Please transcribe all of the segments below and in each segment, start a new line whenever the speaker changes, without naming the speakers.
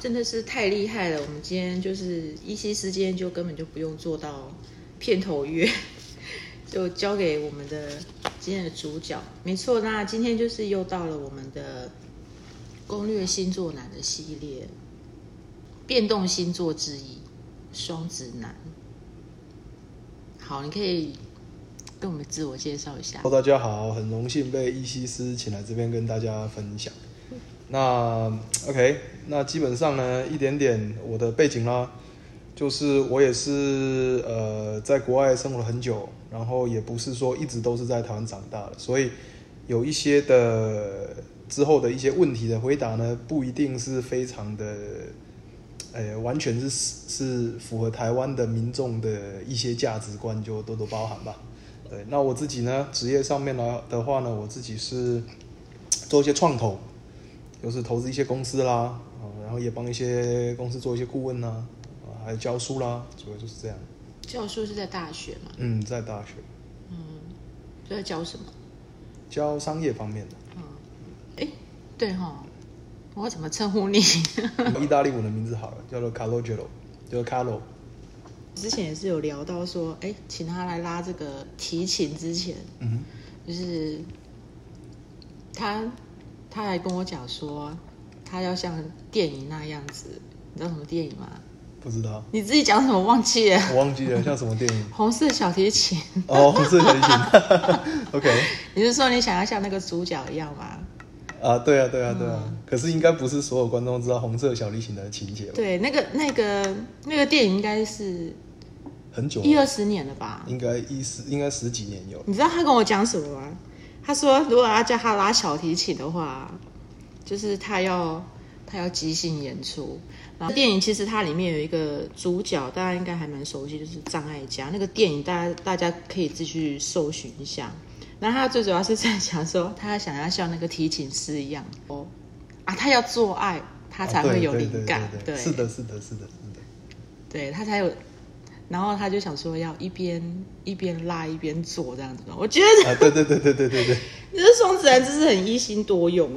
真的是太厉害了。我们今天就是一夕之间就根本就不用做到片头乐， 就交给我们的今天的主角。没错，那今天就是又到了我们的攻略星座男的系列，变动星座之一双子男。好，你可以跟我们自我介绍一下。
Hello，大家好，很荣幸被伊西斯请来这边跟大家分享。那 OK，那基本上呢，一点点我的背景啦，就是我也是呃在国外生活了很久，然后也不是说一直都是在台湾长大的，所以有一些的之后的一些问题的回答呢，不一定是非常的，呃，完全是是符合台湾的民众的一些价值观，就多多包涵吧。对，那我自己呢，职业上面来的话呢，我自己是做一些创投，就是投资一些公司啦，啊，然后也帮一些公司做一些顾问啦，啊，还有教书啦，主要就是这样。
教授是在大学嘛？
嗯，在大学
嗯，都在教什么？
教商业方面的，
哎，对哈、我要怎么称呼你？
意大利文的名字好了，叫做 Carlo，就是 Carlo。
之前也是有聊到说，哎，请他来拉这个提琴之前，
嗯
就是他他还跟我讲说，他要像电影那样子，你知道什么电影吗？
哼，不知道，
你自己讲什么忘记了？
我忘记了，像什么电影？
红色小提琴，
哦，红色小提琴。OK，
你是说你想要像那个主角一样吗？
啊，对啊，对啊，对啊。
嗯
可是应该不是所有观众知道红色小提琴的情节吧？
对，那个那个那个电影应该是
很久了，
一二十年了吧？
应该一十，应该十几年有。
你知道他跟我讲什么吗？他说，如果要叫他拉小提琴的话，就是他要他要即兴演出。然后电影其实它里面有一个主角，大家应该还蛮熟悉，就是张艾嘉。那个电影大家大家可以自己去搜寻一下。然后他最主要是在想说，他想要像那个提琴师一样哦啊，他要做爱，他才
啊对
会有
对
灵
对
感。
对对是的，是的，是的，是的。
对他才有，然后他就想说要一边一边拉一边做这样子嘛。我觉得
啊，对对对对对对对，
你这双子男真是很一心多用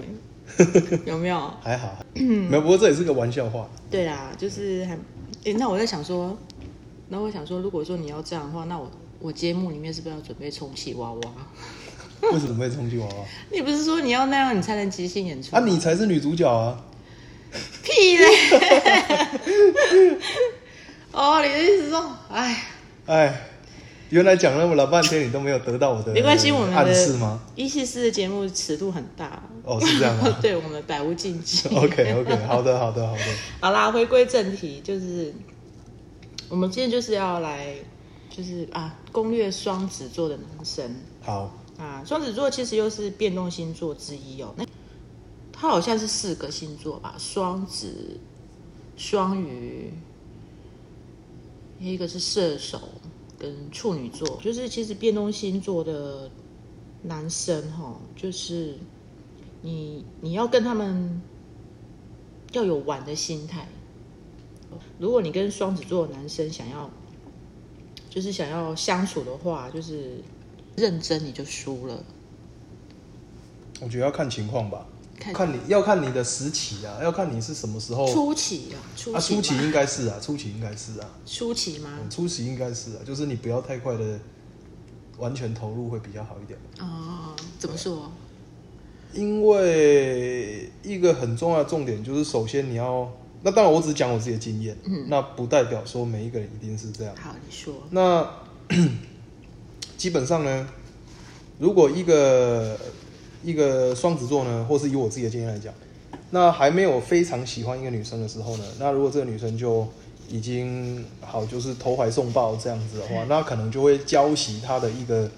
哎、 有没有？
还好，没有。不过这也是个玩笑话，
对啦，就是还，哎、那我在想说，那我想说，如果说你要这样的话，那我我节目里面是不是要准备充气娃 娃？
为什么会充 气娃娃？
你不是说你要那样你才能即兴演出？
啊，你才是女主角啊！
屁嘞！ 哦，你的意思是说，哎，
哎，原来讲了那么老半天，你都没有得到我的
没关系，我们
呃暗示吗
的？ 一系四的节目尺度很大，
哦，是这样 吗
对我们的百无禁 忌。
？OK OK，好的好的好的，
好啦，回归正题，就是我们今天就是要来，就是啊，攻略双子座的男生
好，
啊。双子座其实又是变动星座之一哦。那它好像是四个星座吧，双子、双鱼，一个是射手跟处女座。就是其实变动星座的男生哈、就是你你要跟他们要有玩的心态。如果你跟双子座的男生想要，就是想要相处的话，就是认真你就输了。
我觉得要看情况吧，
看
看你要看你的时期啊，要看你是什么时候
初期啊，初
啊，
期
初
嘛
期应该是啊，初期应该是啊，
初期吗？
嗯初期应该是啊，就是你不要太快的完全投入会比较好一点。
哦，怎么说？
因为一个很重要的重点就是，首先你要，那当然我只讲我自己的经验，嗯，那不代表说每一个人一定是这样。
好，你说。
那 基本上呢，如果一个一个双子座呢，或是以我自己的经验来讲，那还没有非常喜欢一个女生的时候呢，那如果这个女生就已经好就是投怀送抱这样子的话，那可能就会浇熄她的一个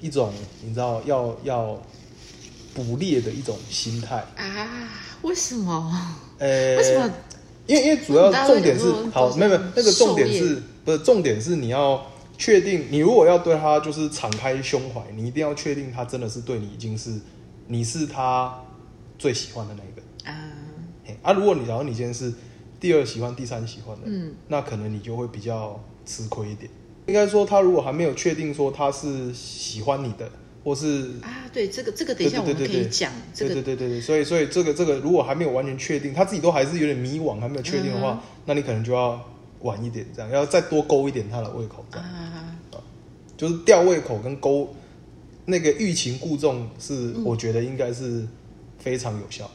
一种你知道要要捕猎的一种心态。
啊？为什么？
呃、
为什么？
因为因为主要重点是
大家会
好，
很
没有没有那个重点
狩
是不是重点是你要确定，你如果要对他就是敞开胸怀，你一定要确定他真的是对你已经是你是他最喜欢的那一个。
啊，
嘿啊，如果你假如你今天是第二喜欢、第三喜欢的，
嗯，
那可能你就会比较吃亏一点。应该说，他如果还没有确定说他是喜欢你的，或是
啊，对，这个这个等一下我
对
们
对
可
对对
以讲这
对
个
对对对对，所以所以这个这个如果还没有完全确定，他自己都还是有点迷惘，还没有确定的
嗯
话，那你可能就要晚一点，这样要再多勾一点他的胃口，这样、
啊，
就是吊胃口跟勾那个欲擒故纵是，我觉得应该是非常有效。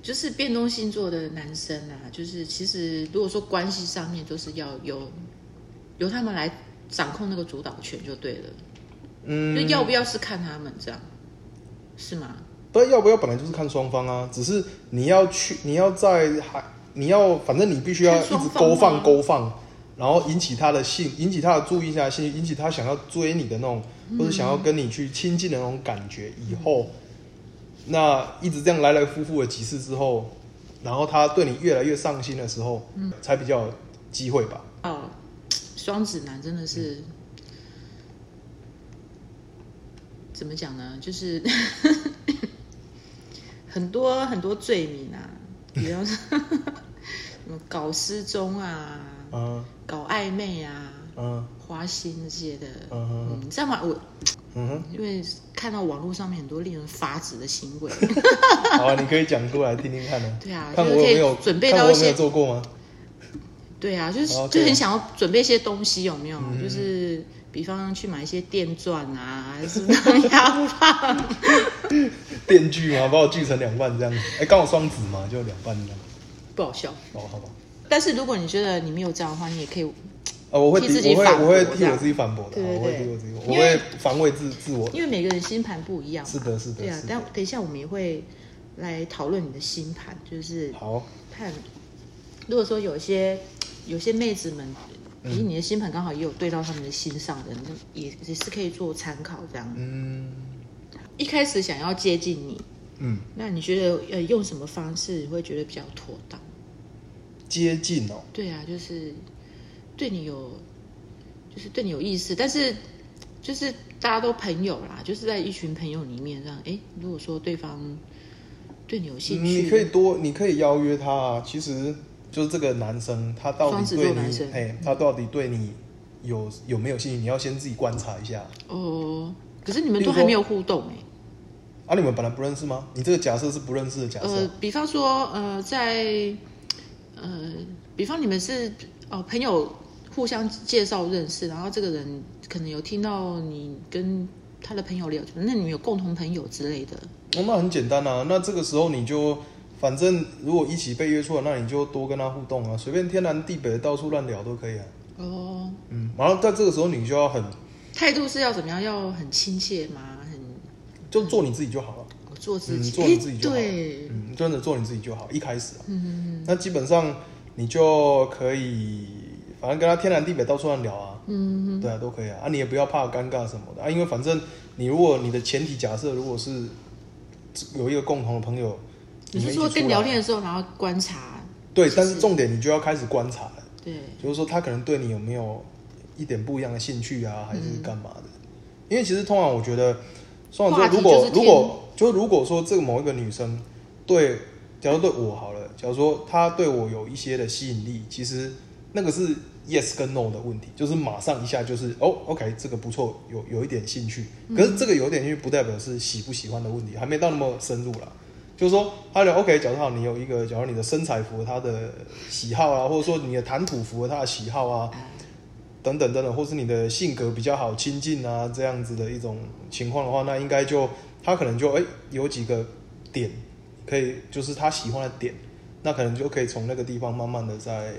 就是变动星座的男生啊，就是其实如果说关系上面，就是要由由他们来掌控那个主导权就对了，
嗯，
就要不要是看他们这样，是吗？
但要不要本来就是看双方啊，只是你要去，你要在还你要，反正你必须要一
看双方
直
啊
勾
吗
放勾放，然后引起他的性，引起他的注意下兴趣，引起他想要追你的那种，
嗯
或者想要跟你去亲近的那种感觉。以后，那一直这样来来复复的几次之后，然后他对你越来越上心的时候，
嗯
才比较有机会吧。
哦，双子男真的是、
嗯
怎么讲呢？就是 很多很多罪名啊，比方 说什么搞失踪啊、
嗯
搞暧昧啊、
嗯
花心这些的。
嗯哼
嗯，你知道吗？我
嗯哼，
因为看到网络上面很多令人发指的行为，
好啊，你可以讲出来听听看 呢、
对啊
看
就是
我有
可以
没有
准备
看
到
我
一
有没有
些
做过吗？
对啊，就是、
哦，OK 嗯
就很想要准备一些东西，有没有？就是比方去买一些电钻啊，还是狼牙棒，
电锯嘛，把我锯成两半这样。哎、刚好双子嘛，就两半这样。
不好笑。
哦，好吧。
但是如果你觉得你没有这样的话，你也可以，
啊，我会
替
抵
自己
我会
反驳
我会
这
替
样
我自己反驳的，
对
啊
对
我会
对
替我自己，我
因为
会防卫自自我。
因为每个人星盘不一样嘛。
是的，是的，
对啊
是，的
但等一下我们也会来讨论你的星盘，就是
好，
看如果说有一些有些妹子们，
嗯
咦，你的星盘刚好也有对到她们的心上的，那也也是可以做参考这样。
嗯
一开始想要接近你，
嗯，
那你觉得呃用什么方式会觉得比较妥当？
接近哦，
对啊，就是对你有，就是对你有意思，但是就是大家都朋友啦，就是在一群朋友里面这样，哎，如果说对方对你有兴趣，
你可以多，你可以邀约他啊。其实就是这个男生，他到
双
底
子
对
座男
你
生，
哎，他到底对你有有没有兴趣？你要先自己观察一下。
哦，可是你们
例如
都
说
还没有互动哎、
啊，你们本来不认识吗？你这个假设是不认识的假
呃
设，，
比方说呃在呃，比方你们是哦朋友互相介绍认识，然后这个人可能有听到你跟他的朋友聊，那你们有共同朋友之类的，
哦，那很简单啊。那这个时候你就，反正如果一起被约出来，那你就多跟他互动啊，随便天南地北到处乱聊都可以啊。
哦。
嗯，然后在这个时候你就要很，
态度是要怎么样？要很亲切吗？很
就做你自己就好了。
我做自
嗯，
己，
做
诶
你自己就好了。
对，
嗯，真的做你自己就好。一开始啊，
嗯，
那基本上你就可以，反正跟他天南地北到处乱聊啊。
嗯，
对啊，都可以啊。啊，你也不要怕尴尬什么的啊，因为反正你如果你的前提假设如果是有一个共同的朋友，
你
们
是
一起
说
出
跟
来
聊天的时候，然后观察，
对，但是重点你就要开始观察了。
对，
就是说他可能对你有没有一点不一样的兴趣啊，还是干嘛的？因为其实通常我觉得，双子座
话题
如果
就是
如
天
果就如果说这个某一个女生对，假如对我好了，假如说她对我有一些的吸引力，其实那个是 yes 跟 no 的问题，就是马上一下就是哦，OK，这个不错，有有一点兴趣。
嗯
可是这个有点兴趣不代表是喜不喜欢的问题，还没到那么深入啦。就是说，他聊 OK，假如好你有一个，假如你的身材符合他的喜好啊，或者说你的谈吐符合他的喜好啊，等等等等，或是你的性格比较好亲近啊，这样子的一种情况的话，那应该就他可能就哎、有几个点可以，就是他喜欢的点，那可能就可以从那个地方慢慢的再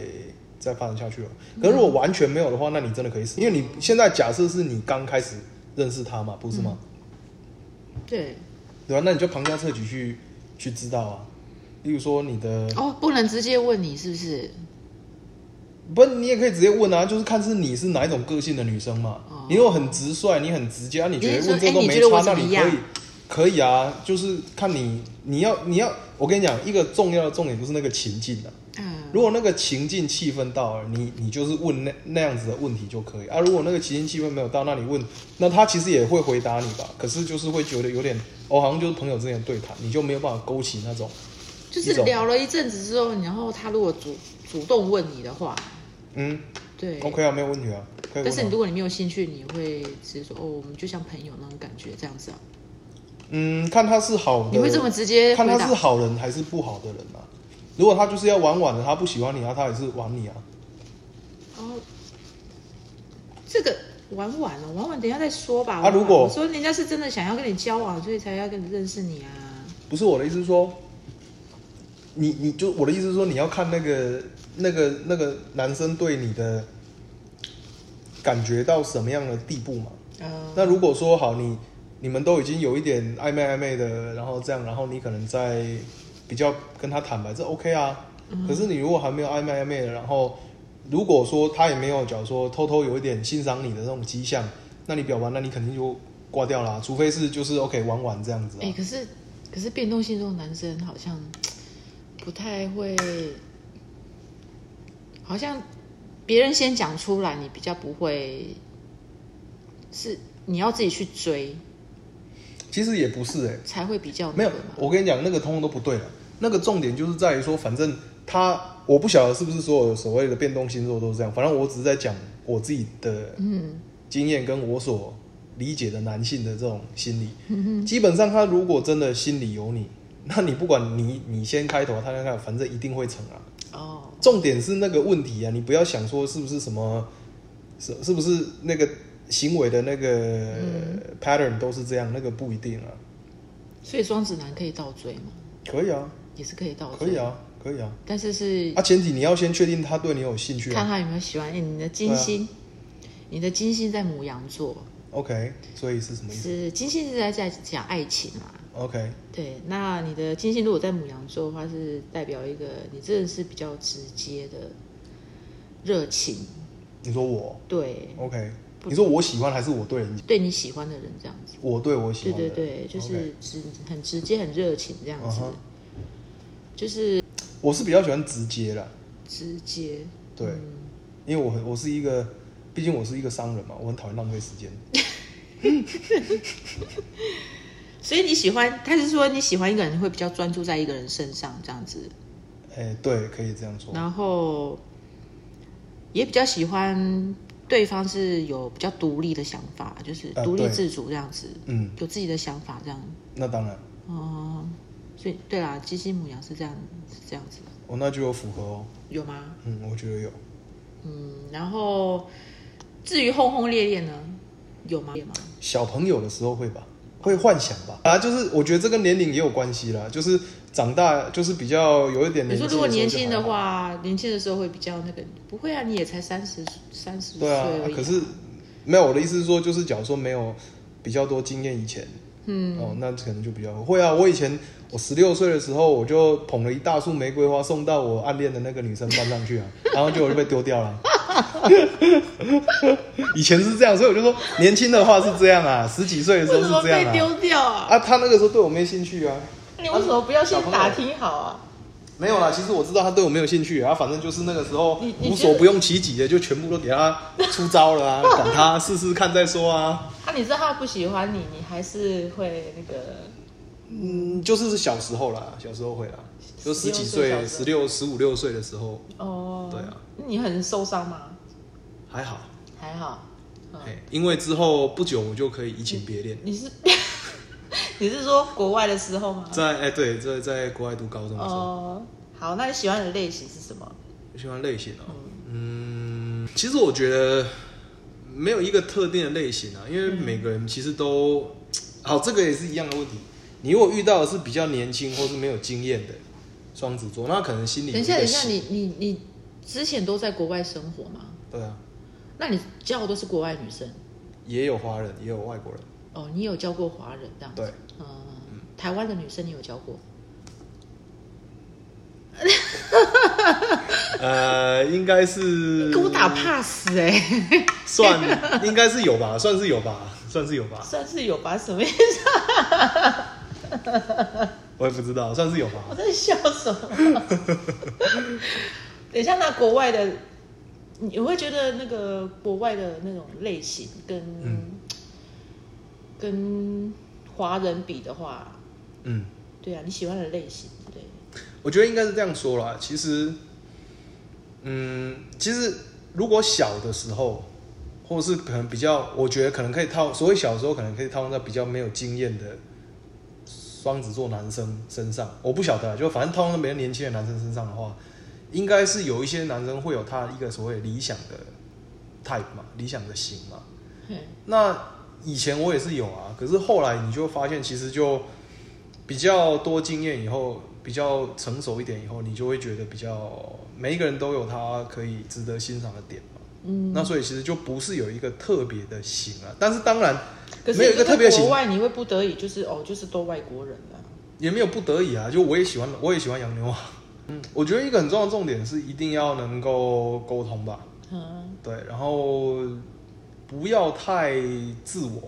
再发展下去了。可是如果完全没有的话，那你真的可以死，因为你现在假设是你刚开始认识他嘛，不是吗？
对，
对吧、啊那你就旁敲侧击去去知道啊，例如说你的
哦，不能直接问你是不是？
不，你也可以直接问啊，就是看是你是哪一种个性的女生嘛。
哦
你如果很直率，你很直接，啊、你觉
你
得
是
问这
说
都
哎你
没
觉得
差
我，
那
怎么
你可
样
以，可以啊，就是看你你要你要，我跟你讲，一个重要的重点就是那个情境啊。
嗯，
如果那个情境气氛到了，你你就是问那那样子的问题就可以啊。如果那个情境气氛没有到，那你问，那他其实也会回答你吧，可是就是会觉得有点，哦，好像就是朋友之间的对谈，你就没有办法勾起那种，
就是聊了一阵子之后，然后他如果主主动问你的话，
嗯
对
，OK 啊，没有问题啊。可以问
但是
啊
你如果你没有兴趣，你会直接说哦，我们就像朋友那种感觉这样子啊？
嗯，看他是好的，
你会这么直接
看
回
他是
答？
好人还是不好的人啊。如果他就是要玩玩的，他不喜欢你啊，他也是玩你啊。
哦，这个玩玩了、玩玩，等一下再说吧。
啊
玩玩
如果
我说人家是真的想要跟你交往，所以才要跟你认识你啊。
不是我的意思是说，你你就我的意思是说，你要看那个那个那个男生对你的感觉到什么样的地步嘛。
呃，
那如果说好，你你们都已经有一点暧昧暧昧的，然后这样，然后你可能在比较跟他坦白，这 OK 啊。可是你如果还没有暧昧暧昧的，然后如果说他也没有，假如说偷偷有一点欣赏你的那种迹象，那你表白，那你肯定就挂掉啦、除非是就是 OK 玩玩这样子、啊。
哎、可是可是变动性中的男生好像不太会，好像别人先讲出来，你比较不会，是你要自己去追
其实也不是哎、
才会比较
没有
那个嘛，
我跟你讲，那个通通都不对了。那个重点就是在于说，反正他我不晓得是不是所有所谓的变动星座都是这样，反正我只是在讲我自己的
嗯
经验跟我所理解的男性的这种心理。
嗯哼。
基本上，他如果真的心里有你，那你不管你你先开头，他先开头，反正一定会成啊。
哦，
重点是那个问题啊，你不要想说是不是什么，是是不是那个行为的那个
嗯
pattern 都是这样，那个不一定啊。
所以双子男可以倒追吗？
可以啊，
也是可以倒
可
追，
以啊，可以啊。
但是是
啊，前提你要先确定他对你有兴趣
看
啊。
他有没有喜欢。哎你的金星，你的金星在母羊座，
OK，所以是什么意思
是金星是在在讲爱情啊嘛？
？OK，
对，那你的金星如果在母羊座的话，是代表一个你真的是比较直接的热情，
你说我
对，
OK，
不
你说我喜欢还是我对人？
对你喜欢的人这样子。
我对我喜
对
欢的
对
人。
对，就
OK
是直很直接、很热情这样子
嗯哼
就是
我是比较喜欢直接啦，
直接。
对，
嗯
因为我很我是一个，毕竟我是一个商人嘛，我很讨厌浪费时间。
所以你喜欢，他是说你喜欢一个人会比较专注在一个人身上这样子，
哎、对，可以这样说。
然后也比较喜欢对方是有比较独立的想法，就是
呃
独立
对
自主这样子，
嗯，
有自己的想法这样。
那当然，
哦、所以对啦，鸡星母羊是这样是这样子的，
哦，那就有符合哦。
有吗？
嗯，我觉得有。
嗯，然后至于轰轰烈烈呢，有吗？有吗？
小朋友的时候会吧，会幻想吧。啊，就是我觉得这跟年龄也有关系啦，就是长大就是比较有一点
你
年纪。
说如果年轻的，话，年轻的时候会比较那个，不会啊，你也才三十三十岁
对啊
而已、，
可是没有我的意思是说，就是假如说没有比较多经验以前，
嗯，
哦，那可能就比较会啊。我以前我十六岁的时候，我就捧了一大束玫瑰花送到我暗恋的那个女生班上去啊，然后结果就被丢掉了。 以前是这样，所以我就说年轻的话是这样啊，十几岁的时
为
候
什么
是这样
被
啊。
丢掉啊？
啊，他那个时候对我没兴趣啊，
你为什么不要先打听好啊？
没有啦。其实我知道他对我没有兴趣啊，反正就是那个时候
你你
无
觉
所
得
不用其极的，就全部都给他出 招了啊，管他试试看再说啊。
啊，你知道他不喜欢你，你还是会那个
嗯，就是小时候啦，小时候会啦，就十几岁、
16
十
岁
六、十五六岁的时候
哦？
对啊，
你很受伤吗？
还好，
还好，嗯
哎、因为之后不久我就可以移情别恋，
你是 你是说国外的时候吗？
在哎、对，在在国外读高中的时候，
哦，好，那你喜欢的类型是什么？
我喜欢类型哦、嗯，其实我觉得没有一个特定的类型啊，因为每个人其实都，好，这个也是一样的问题。你如果遇到的是比较年轻或是没有经验的双子座，那可能心里
等一下，
有
等
个
一下，
戏
你你你之前都在国外生活吗？
对啊，
那你交的都是国外女生
也有华人，也有外国 人，
哦？你有交过华人这样子？
对。
嗯，台湾的女生你有交过？
呃，应该是
你给我打 pass 哎、
算应该是有吧，算是有吧，算是有 吧，
算是有吧？什么意思？
我也不知道，算是有吧。
我在笑什 么？等一下，那国外的，你会觉得那个国外的那种类型跟、
嗯
跟华人比的话，
嗯，
对啊，你喜欢的类型，对，
我觉得应该是这样说啦。其实，嗯，其实如果小的时候，或是可能比较，我觉得可能可以套，所以小时候可能可以套用在比较没有经验的双子座男生身上。我不晓得啊，就反正套用在别人年轻的男生身上的话，应该是有一些男生会有他一个所谓理想的 type 嘛，理想的型嘛。
嗯
那以前我也是有啊，可是后来你就发现，其实就比较多经验以后，比较成熟一点以后，你就会觉得比较每一个人都有他可以值得欣赏的点嘛。
嗯，
那所以其实就不是有一个特别的型啊，但是当然
可是
没有一个特别
因为
型
国，外你会不得已就是哦，就是都外国人了、
也没有不得已啊。就我也喜欢，我也喜欢洋妞啊。嗯，我觉得一个很重要的重点是一定要能够沟通吧，
嗯，
对，然后不要太自我，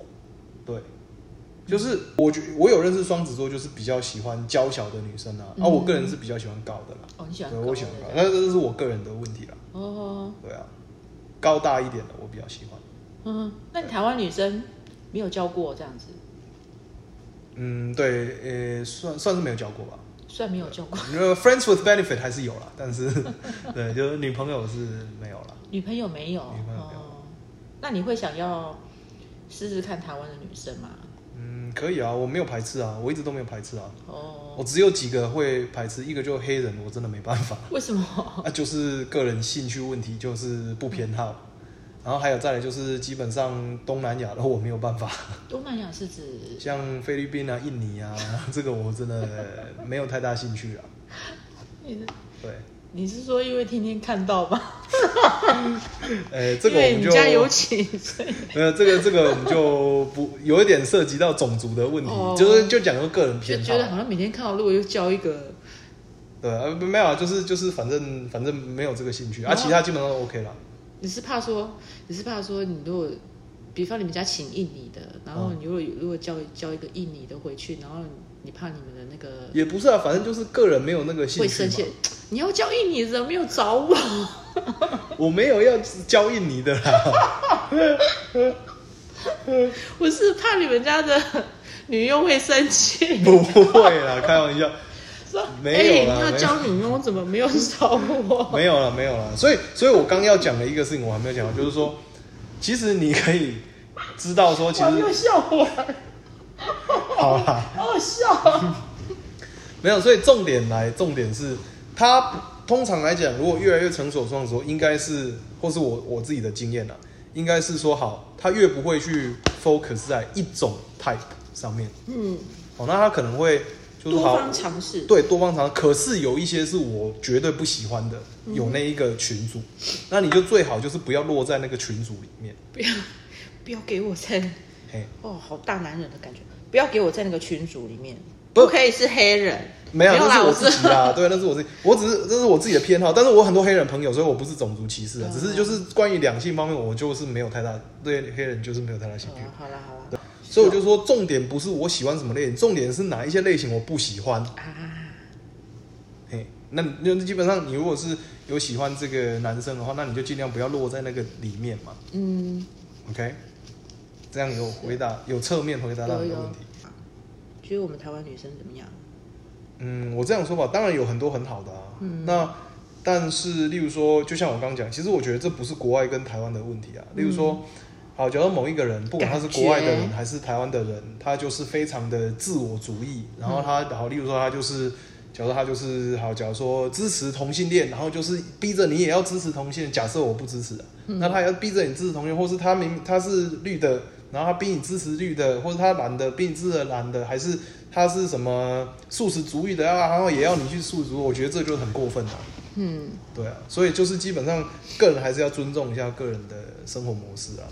对，就是我觉我有认识双子座，就是比较喜欢娇小的女生啊，啊，
嗯
我个人是比较喜欢高的啦，
哦，你喜欢
对，
高的
我喜欢啊高，那这是我个人的问题啦，
哦，
对啊，高大一点的我比较喜欢。
嗯，那你台湾女生没有教过这样子，
嗯，对，呃，算算是没有交过吧。
虽然没有教过，
因为 friends with benefit 还是有啦，但是对，就是女朋友是没有啦。
女朋友没有，
女朋友没有
哦，那你会想要试试看台湾的女生吗？
嗯，可以啊，我没有排斥啊，我一直都没有排斥啊。
哦，
我只有几个会排斥，一个就是黑人，我真的没办法，
为什么？
啊，就是个人兴趣问题，就是不偏好。
嗯
然后还有再来就是，基本上东南亚的我没有办法，
东南亚是指
像菲律宾啊、印尼啊，这个我真的没有太大兴趣啊。
你是
对，
你是说因为天天看到吧？
呃，这个
因
我
为
们
你
就
家有请，所以
没有这个这个我们就不有一点涉及到种族的问题，
哦
就是就讲个个人
就
偏
觉得好
好。
像每天看到，如果又教一个，
对，呃，没有啊，就是就是反正反正没有这个兴趣啊，
哦
其他基本上都 OK 啦。
你是怕说，你是怕说，你如果，比方你们家请印尼的，然后
嗯
你如果、如果叫叫一个印尼的回去，然后你怕你们的那个
也不是啊，反正就是个人没有那个兴
会
趣
生
嘛。
气，你要叫印尼人没有找我，
我没有要教印尼的啦，
我是怕你们家的女佣会生气，
不会啦，开玩笑，
说
没有
哎
啦
你要
没有
教女佣怎么没有找我？
没有啦，没有啦。所以，所以我刚要讲的一个事情，我还没有讲到，就是说，其实你可以知道 说，其
哇你
实
又笑我，
好啦，
好好笑哦。
没有，所以重点来，重点是他通常来讲，如果越来越成熟的双子座，应该是或是我我自己的经验啊，应该是说好，他越不会去 focus 在一种 type 上面，
嗯，
哦，那他可能会就是
多
好
方尝试，
对多方尝试，可是有一些是我绝对不喜欢的，有那一个群组，那你就最好就是不要落在那个群组里面，
不要不要给我在
嘿，
哦，好大男人的感觉。不要给我在那个群组里面，
不
不可以是黑人。
没有，那
啦，
是我
我
自
是
己啊 啦。对，那是我自己，我只是这是我自己的偏好，但是我很多黑人朋友，所以我不是种族歧视啊，
嗯
只是就是关于两性方面，我就是没有太大对黑人就是没有太大兴趣。
嗯好了好了，
所以我就说，重点不是我喜欢什么类型，重点是哪一些类型我不喜欢。
啊，
嘿，那你那基本上你如果是有喜欢这个男生的话，那你就尽量不要落在那个里面嘛。
嗯，
OK，这样有回答有侧面回答到
有
你的
有
问题。。
觉得我们台湾女生怎么样？
嗯，我这样说吧，当然有很多很好的啊。
嗯
那但是，例如说，就像我刚讲，其实我觉得这不是国外跟台湾的问题啊。例如说，好，假如某一个人，不管他是国外的
感
人
觉
还是台湾的人，他就是非常的自我主义，然后他，然后例如说他就是。假如他就是好，假如说支持同性恋，然后就是逼着你也要支持同性恋。假设我不支持啊，
嗯
那他也要逼着你支持同性恋，或是他明他是绿的，然后他逼你支持绿的，或者他蓝的逼你支持蓝的，还是他是什么素食主义的啊，然后也要你去素食，我觉得这就很过分了、啊。
嗯，
对啊，所以就是基本上个人还是要尊重一下个人的生活模式啊。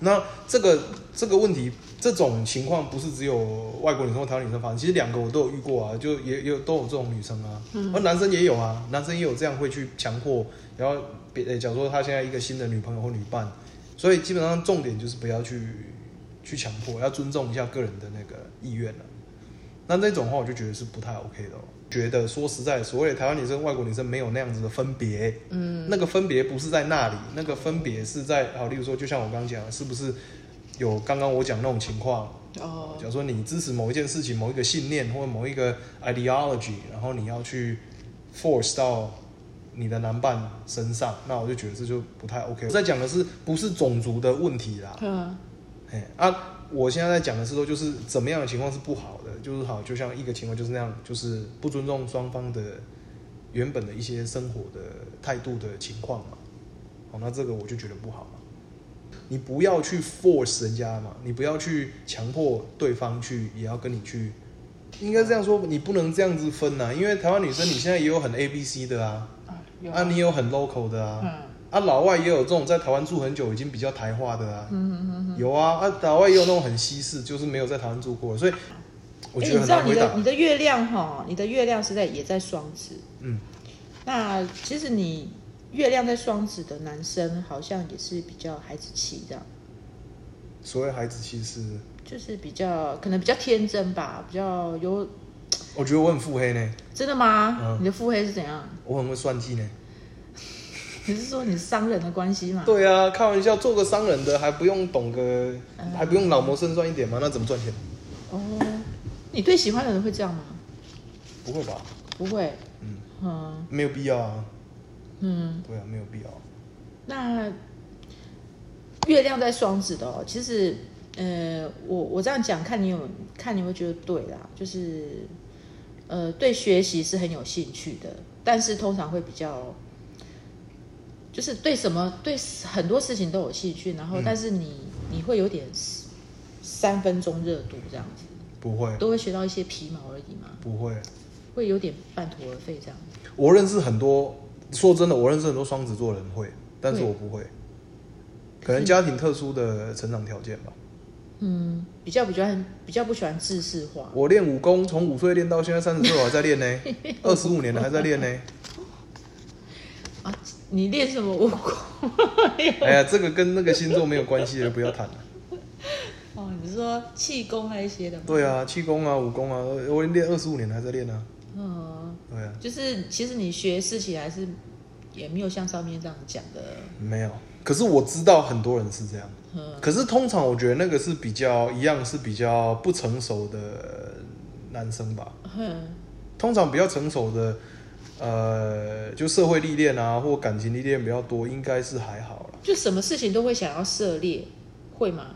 那这个这个问题，这种情况不是只有外国女生或台湾女生发生，其实两个我都有遇过啊，就也也有都有这种女生啊，而男生也有啊，男生也有这样会去强迫，然后别、呃假如说他现在一个新的女朋友或女伴，所以基本上重点就是不要去去强迫，要尊重一下个人的那个意愿了、啊那那种话我就觉得是不太 OK 的、哦。觉得说实在，所谓的台湾女生、外国女生没有那样子的分别，嗯，那个分别不是在那里，那个分别是在好，例如说，就像我刚刚讲的，是不是有刚刚我讲那种情况？
哦
假，如说你支持某一件事情、某一个信念或者某一个 ideology，然后你要去 force 到你的男伴身上，那我就觉得这就不太 OK。我在讲的是不是种族的问题啦，
嗯，
哎啊，我现在在讲的是说，就是怎么样的情况是不好的，就是好，就像一个情况就是那样，就是不尊重双方的原本的一些生活的态度的情况嘛。好，那这个我就觉得不好嘛。你不要去 force 人家嘛，你不要去强迫对方去，也要跟你去，应该这样说，你不能这样子分呐、因为台湾女生你现在也有很 A B C 的啊，
啊
啊，你有很 local 的啊，
嗯
啊，老外也有这种在台湾住很久已经比较台化的啊，
嗯嗯嗯，
有啊，啊，老外也有那种很西式，就是没有在台湾住过，所以我觉
诶你
得很
知道
难
哎你
回答
的。你的月亮哈，你的月亮是在也在双子，
嗯，
那其实你月亮在双子的男生好像也是比较孩子气这样，
所谓孩子气是，
就是比较可能比较天真吧，比较有
我觉得我很腹黑呢，
真的吗？
嗯
你的腹黑是怎样？
我很会算计呢。
你是说你是商人的关系吗？
对啊，开玩笑，做个商人的还不用懂个，还不用老谋深算一点吗？那怎么赚钱？
哦，你对喜欢的人会这样吗？
不会吧？
不会，
嗯，
嗯
没有必要啊。
嗯。
对啊，没有必要。
那月亮在双子的哦，其实，呃，我我这样讲，看你有看你会觉得对啦，就是，呃，对学习是很有兴趣的，但是通常会比较，就是对什么对很多事情都有兴趣，然后
嗯
但是你、你会有点三分钟热度这样子，
不会，
都会学到一些皮毛而已嘛，
不会。
会有点半途而废这样子。
我认识很多，说真的，我认识很多双子座的人会，但是
会
我不会。可能家庭特殊的成长条件吧。
嗯，比较比较比较不喜欢制式化，
我练武功从五岁练到现在三十岁，我还在练呢，二十五年了还在练呢。
啊，你练什么武功？
哎呀，这个跟那个星座没有关系的，不要谈了。
哦，你是说气功那一些的吗？
对啊，气功啊，武功啊，我练二十五年了还在练啊。
嗯，
对啊，
就是其实你学事情还是也没有像上面这样讲的，
没有。可是我知道很多人是这样，
嗯，
可是通常我觉得那个是比较一样是比较不成熟的男生吧。
哼，
通常比较成熟的，呃，就社会历练啊或感情历练比较多，应该是还好啦。
就什么事情都会想要涉猎，会吗？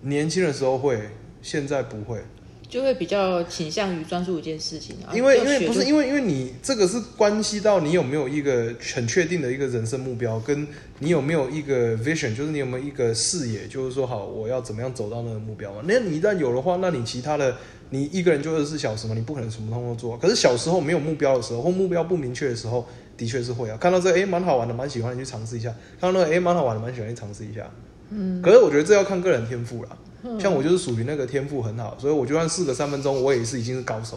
年轻的时候会，现在不会。
就会比较倾向于专注一件事情，
因为因
然后
为
啊就
不
学
是因为因为你这个是关系到你有没有一个很确定的一个人生目标，跟你有没有一个 vision，就是你有没有一个视野，就是说好我要怎么样走到那个目标嘛。那你一旦有的话，那你其他的你一个人就二十四小时嘛，你不可能什么通都做啊。可是小时候没有目标的时候，或目标不明确的时候，的确是会啊。看到这个诶蛮好玩的，蛮喜欢的去尝试一下；看到那个诶蛮好玩的，蛮喜欢去尝试一下。
嗯，
可是我觉得这要看个人天赋啦。
嗯
像我就是属于那个天赋很好，所以我就算试个三分钟，我也是已经是高手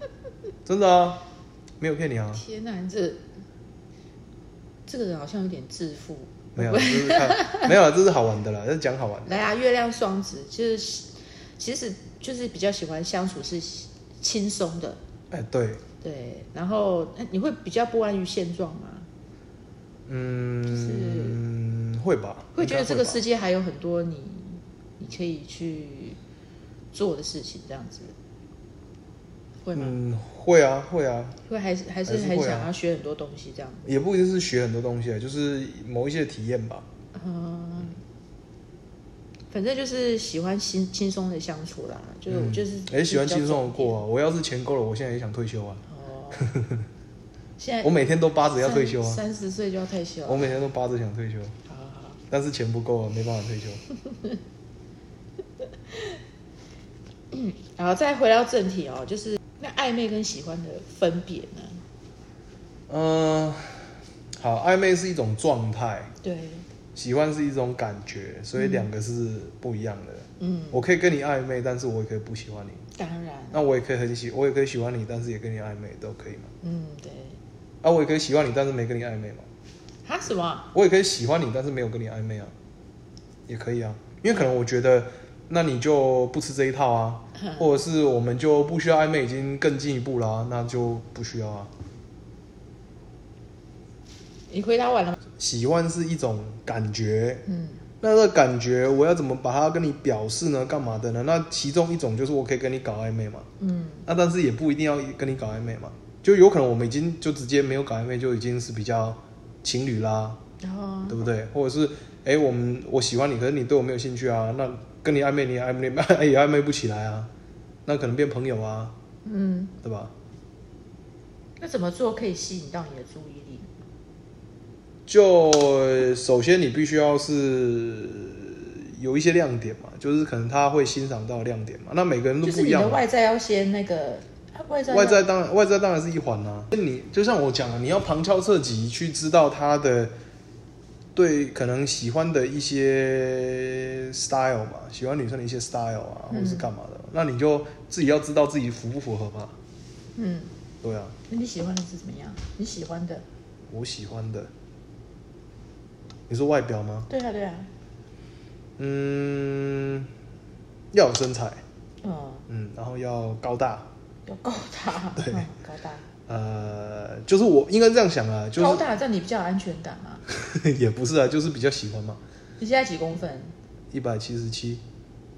了。真的啊，没有骗你啊，
天哪，你这这个人好像有点自负。
没有，这 是看没有啊，这是好玩的啦，这是讲好玩的。
来啊，月亮双子就是其实就是比较喜欢相处是轻松的，
哎，对，
对，然后哎你会比较不安于现状吗？
嗯，会吧？
会觉得这个
应该会吧
世界还有很多你你可以去做的事情，这样子会吗？
嗯，会啊，会啊，
会还是还是
还是会啊
很想要学很多东西这样？
也不一定是学很多东西啊，就是某一些体验吧。
嗯，反正就是喜欢轻轻松的相处啦，就是我
嗯
就是
也喜欢
比较
轻松的
重点
过啊。我要是钱够了，我现在也想退休啊。
哦。 现在
我每天都扒着要退休啊，
哎三十岁就要退休
我
了。
每天都扒着想退休，
好好好，
但是钱不够啊，没办法退休。
然后再回到正题哦，就是那暧昧跟喜欢的分别呢？
嗯，好，暧昧是一种状态，
对，
喜欢是一种感觉，所以两个是不一样的。
嗯，
我可以跟你暧昧，但是我也可以不喜欢你。
当然，
那我也可以很喜，我也可以喜欢你，但是也跟你暧昧，都可以嘛？
嗯，对。
啊，我也可以喜欢你，但是没跟你暧昧嘛？
哈什么啊？
我也可以喜欢你，但是没有跟你暧昧啊，也可以啊。因为可能我觉得，那你就不吃这一套啊，或者是我们就不需要暧昧，已经更进一步啦、那就不需要啊。
你回答完了吗？
喜欢是一种感觉，
嗯，
那个感觉我要怎么把它跟你表示呢？干嘛的呢？那其中一种就是我可以跟你搞暧昧嘛，
嗯
那但是也不一定要跟你搞暧昧嘛。就有可能我们已经就直接没有搞暧昧，就已经是比较情侣啦，
然后
对不对？或者是哎，我们我喜欢你，可是你对我没有兴趣啊，那跟你暧昧你也暧昧 哎也暧昧不起来啊，那可能变朋友啊，
嗯，
对吧？
那怎么做可以吸引到你的注意力？
就呃首先你必须要是有一些亮点嘛，就是可能他会欣赏到亮点嘛。那每个人都
就是
不一
你
样
的
嘛。
外在要先那个啊外在要
外在当然外在当然是一环啊啦、那你就像我讲的，你要旁敲侧击去知道他的对可能喜欢的一些 style 嘛，喜欢女生的一些 style 啊，
嗯
或者是干嘛的，那你就自己要知道自己符不符合嘛。
嗯，
对啊，
那你喜欢的是怎么样？你喜欢的？
我喜欢的，你说外表吗？
对啊对啊，
嗯，要有身材，
嗯，
嗯，然后要高大，
要高大，
对
嗯高大，
呃，就是我应该这样想啊，就
高大这样你比较有安全感嘛？
是 也不是啊，就是比较喜欢嘛，
你现在几公分？
一百七十七。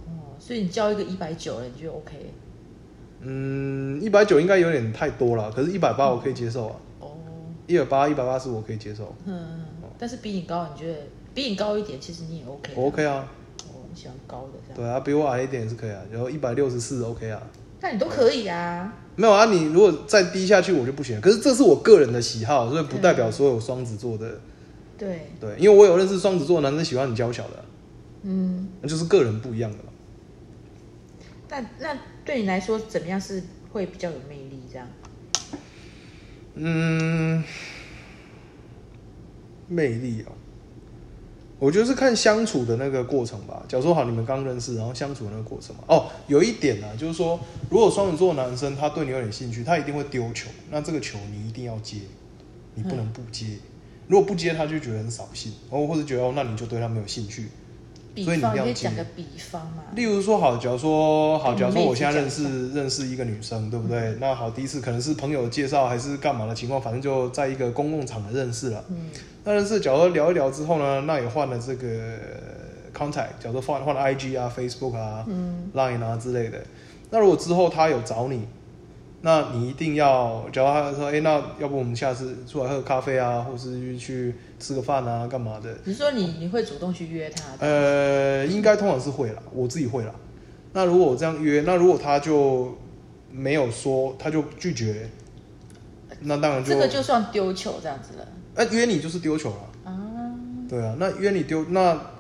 哦，所以你交一个一百九了，你就 OK
嗯，一百九应该有点太多了，可是一百八我可以接受啊，
哦，
一百八、一百八十我可以接受，
嗯，但是比你高，你觉得比你高一点，其实你也 OK，
我 OK 啊，
哦，你喜欢高的这样，
对啊，比我矮一点也是可以啊，然后一百六十四 OK 啊，
那你都可以啊，
没有啊，你如果再低下去我就不行，可是这是我个人的喜好，所以不代表所有双子座的，
对，
对，因为我有认识双子座的男生喜欢很娇小的啊，
嗯，
那就是个人不一样的嘛，
那那对你来说怎么样是会比较有魅力这样？
嗯，魅力啊、我觉得是看相处的那个过程吧。假如说好，你们刚认识，然后相处的那个过程嘛。哦，有一点啊，就是说，如果双子座男生他对你有点兴趣，他一定会丢球，那这个球你一定要接，你不能不接。如果不接，他就觉得很扫兴，哦，或者觉得哦，那你就对他没有兴趣。
比
所以你
方
了
可以
解
讲个比方嘛，
例如说，好，假如说好，
嗯
假如说
妹
我
子
现在
角
认识认识一个女生，对不对？那好，第一次可能是朋友介绍还是干嘛的情况，反正就在一个公共场合认识了。
嗯
那认识，假如说聊一聊之后呢，那也换了这个呃 contact，假如说换换了 IG 啊、Facebook 啊、
嗯
Line 啊之类的。那如果之后他有找你，那你一定要，假如他说，哎、那要不我们下次出来喝咖啡啊，或是去吃个饭啊，干嘛的？
你说你你会主动去约他的，
呃，应该通常是会啦，我自己会啦。那如果我这样约，那如果他就没有说，他就拒绝，那当然就
这个就算丢球这样子了
那、约你就是丢球了。
啊，
对啊，那约你丢那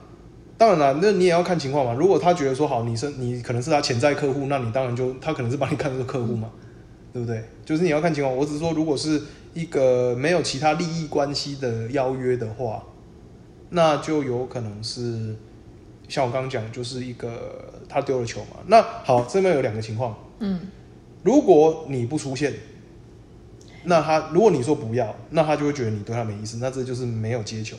当然啦，那你也要看情况嘛。如果他觉得说好，你是你可能是他潜在客户，那你当然就他可能是把你看作客户嘛，对不对？就是你要看情况。我只是说，如果是一个没有其他利益关系的邀约的话，那就有可能是像我刚刚讲，就是一个他丢了球嘛。那好，这边有两个情况，
嗯，
如果你不出现。那他如果你说不要，那他就会觉得你对他没意思，那这就是没有接球。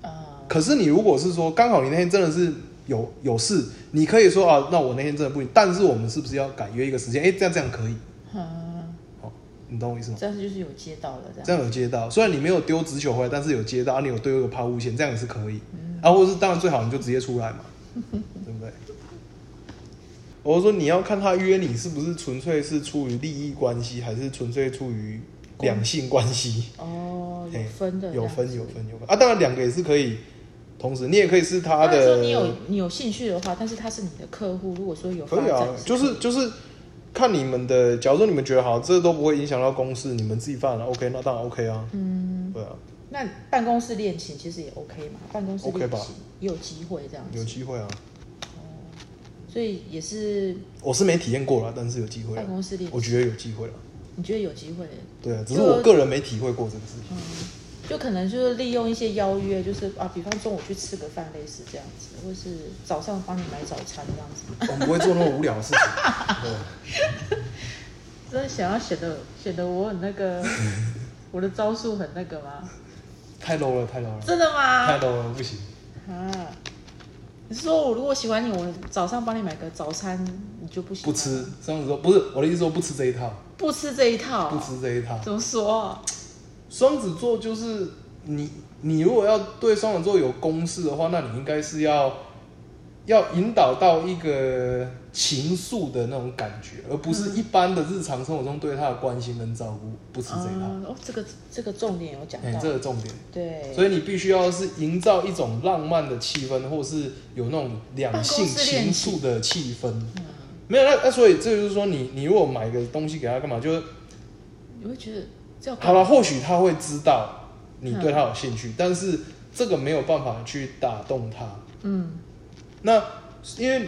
啊，
可是你如果是说刚好你那天真的是有有事，你可以说啊，那我那天真的不行，但是我们是不是要改约一个时间？哎、这样这样可以，
嗯，
哦，你懂我意思吗？
这样子就是有接到了这样，
这样有接到，虽然你没有丢直球回来，但是有接到，啊、你有丢一个抛物线，这样也是可以。
嗯
啊，或者是当然最好你就直接出来嘛， 对不对？我是说你要看他约你是不是纯粹是出于利益关系，还是纯粹出于两性关系。
哦，有
嘿
分的，
哎有分有。分有分啊！当然两个也是可以同时，你也可以是他
他
的。
说你有你有兴趣的话，但是他是你的客户，如果说有发
可以啊
展，，
就是就是看你们的，假如说你们觉得好，这都不会影响到公司，你们自己犯了 OK，那当然 OK 啊，
嗯，
对啊，
那办公室恋情其实也 OK 嘛，办公室
OK
恋
吧
情也有机会这样
有
子，
机会啊，
所以也是
我是没体验过啦，但是有机会
办
啊，
公室恋
我
情，
觉得有机会啊，
你觉得有机会？
对啊，只是
就
我个人没体会过这个事情，
嗯，就可能就是利用一些邀约，就是啊，比方中午去吃个饭，类似这样子，或是早上帮你买早餐这样子，
我们不会做那么无聊的 事情，对啊，
真的想要显得显得我很那 个，我的招数很那个吗？
太 low 了，太 low 了，
真的
太
吗？
low 了，不行，
啊，你是说我如果喜欢你，我早上帮你买个早餐，你就不行？
不吃，，这样子说不是我的意思，说不吃这一套，
不吃这一套，
不吃这一套，
怎么说？
双子座就是你，你如果要对双子座有公式的话，那你应该是要要引导到一个情愫的那种感觉，而不是一般的日常生活中对他的关心跟照顾，不是这一套。
哦，哦这个这个重点有讲
哎、
到，
这个重点。
对，
所
以
以你必须要是营造一种浪漫的气氛，或是有那种两性
办公室恋
情
情
愫的气氛。
嗯，
没有，那那所以这就是说你，你如果买个东西给他干嘛，就是
你会觉得这要
好了，或许他会知道你对他有兴趣，但是这个没有办法去打动他。
嗯
那因为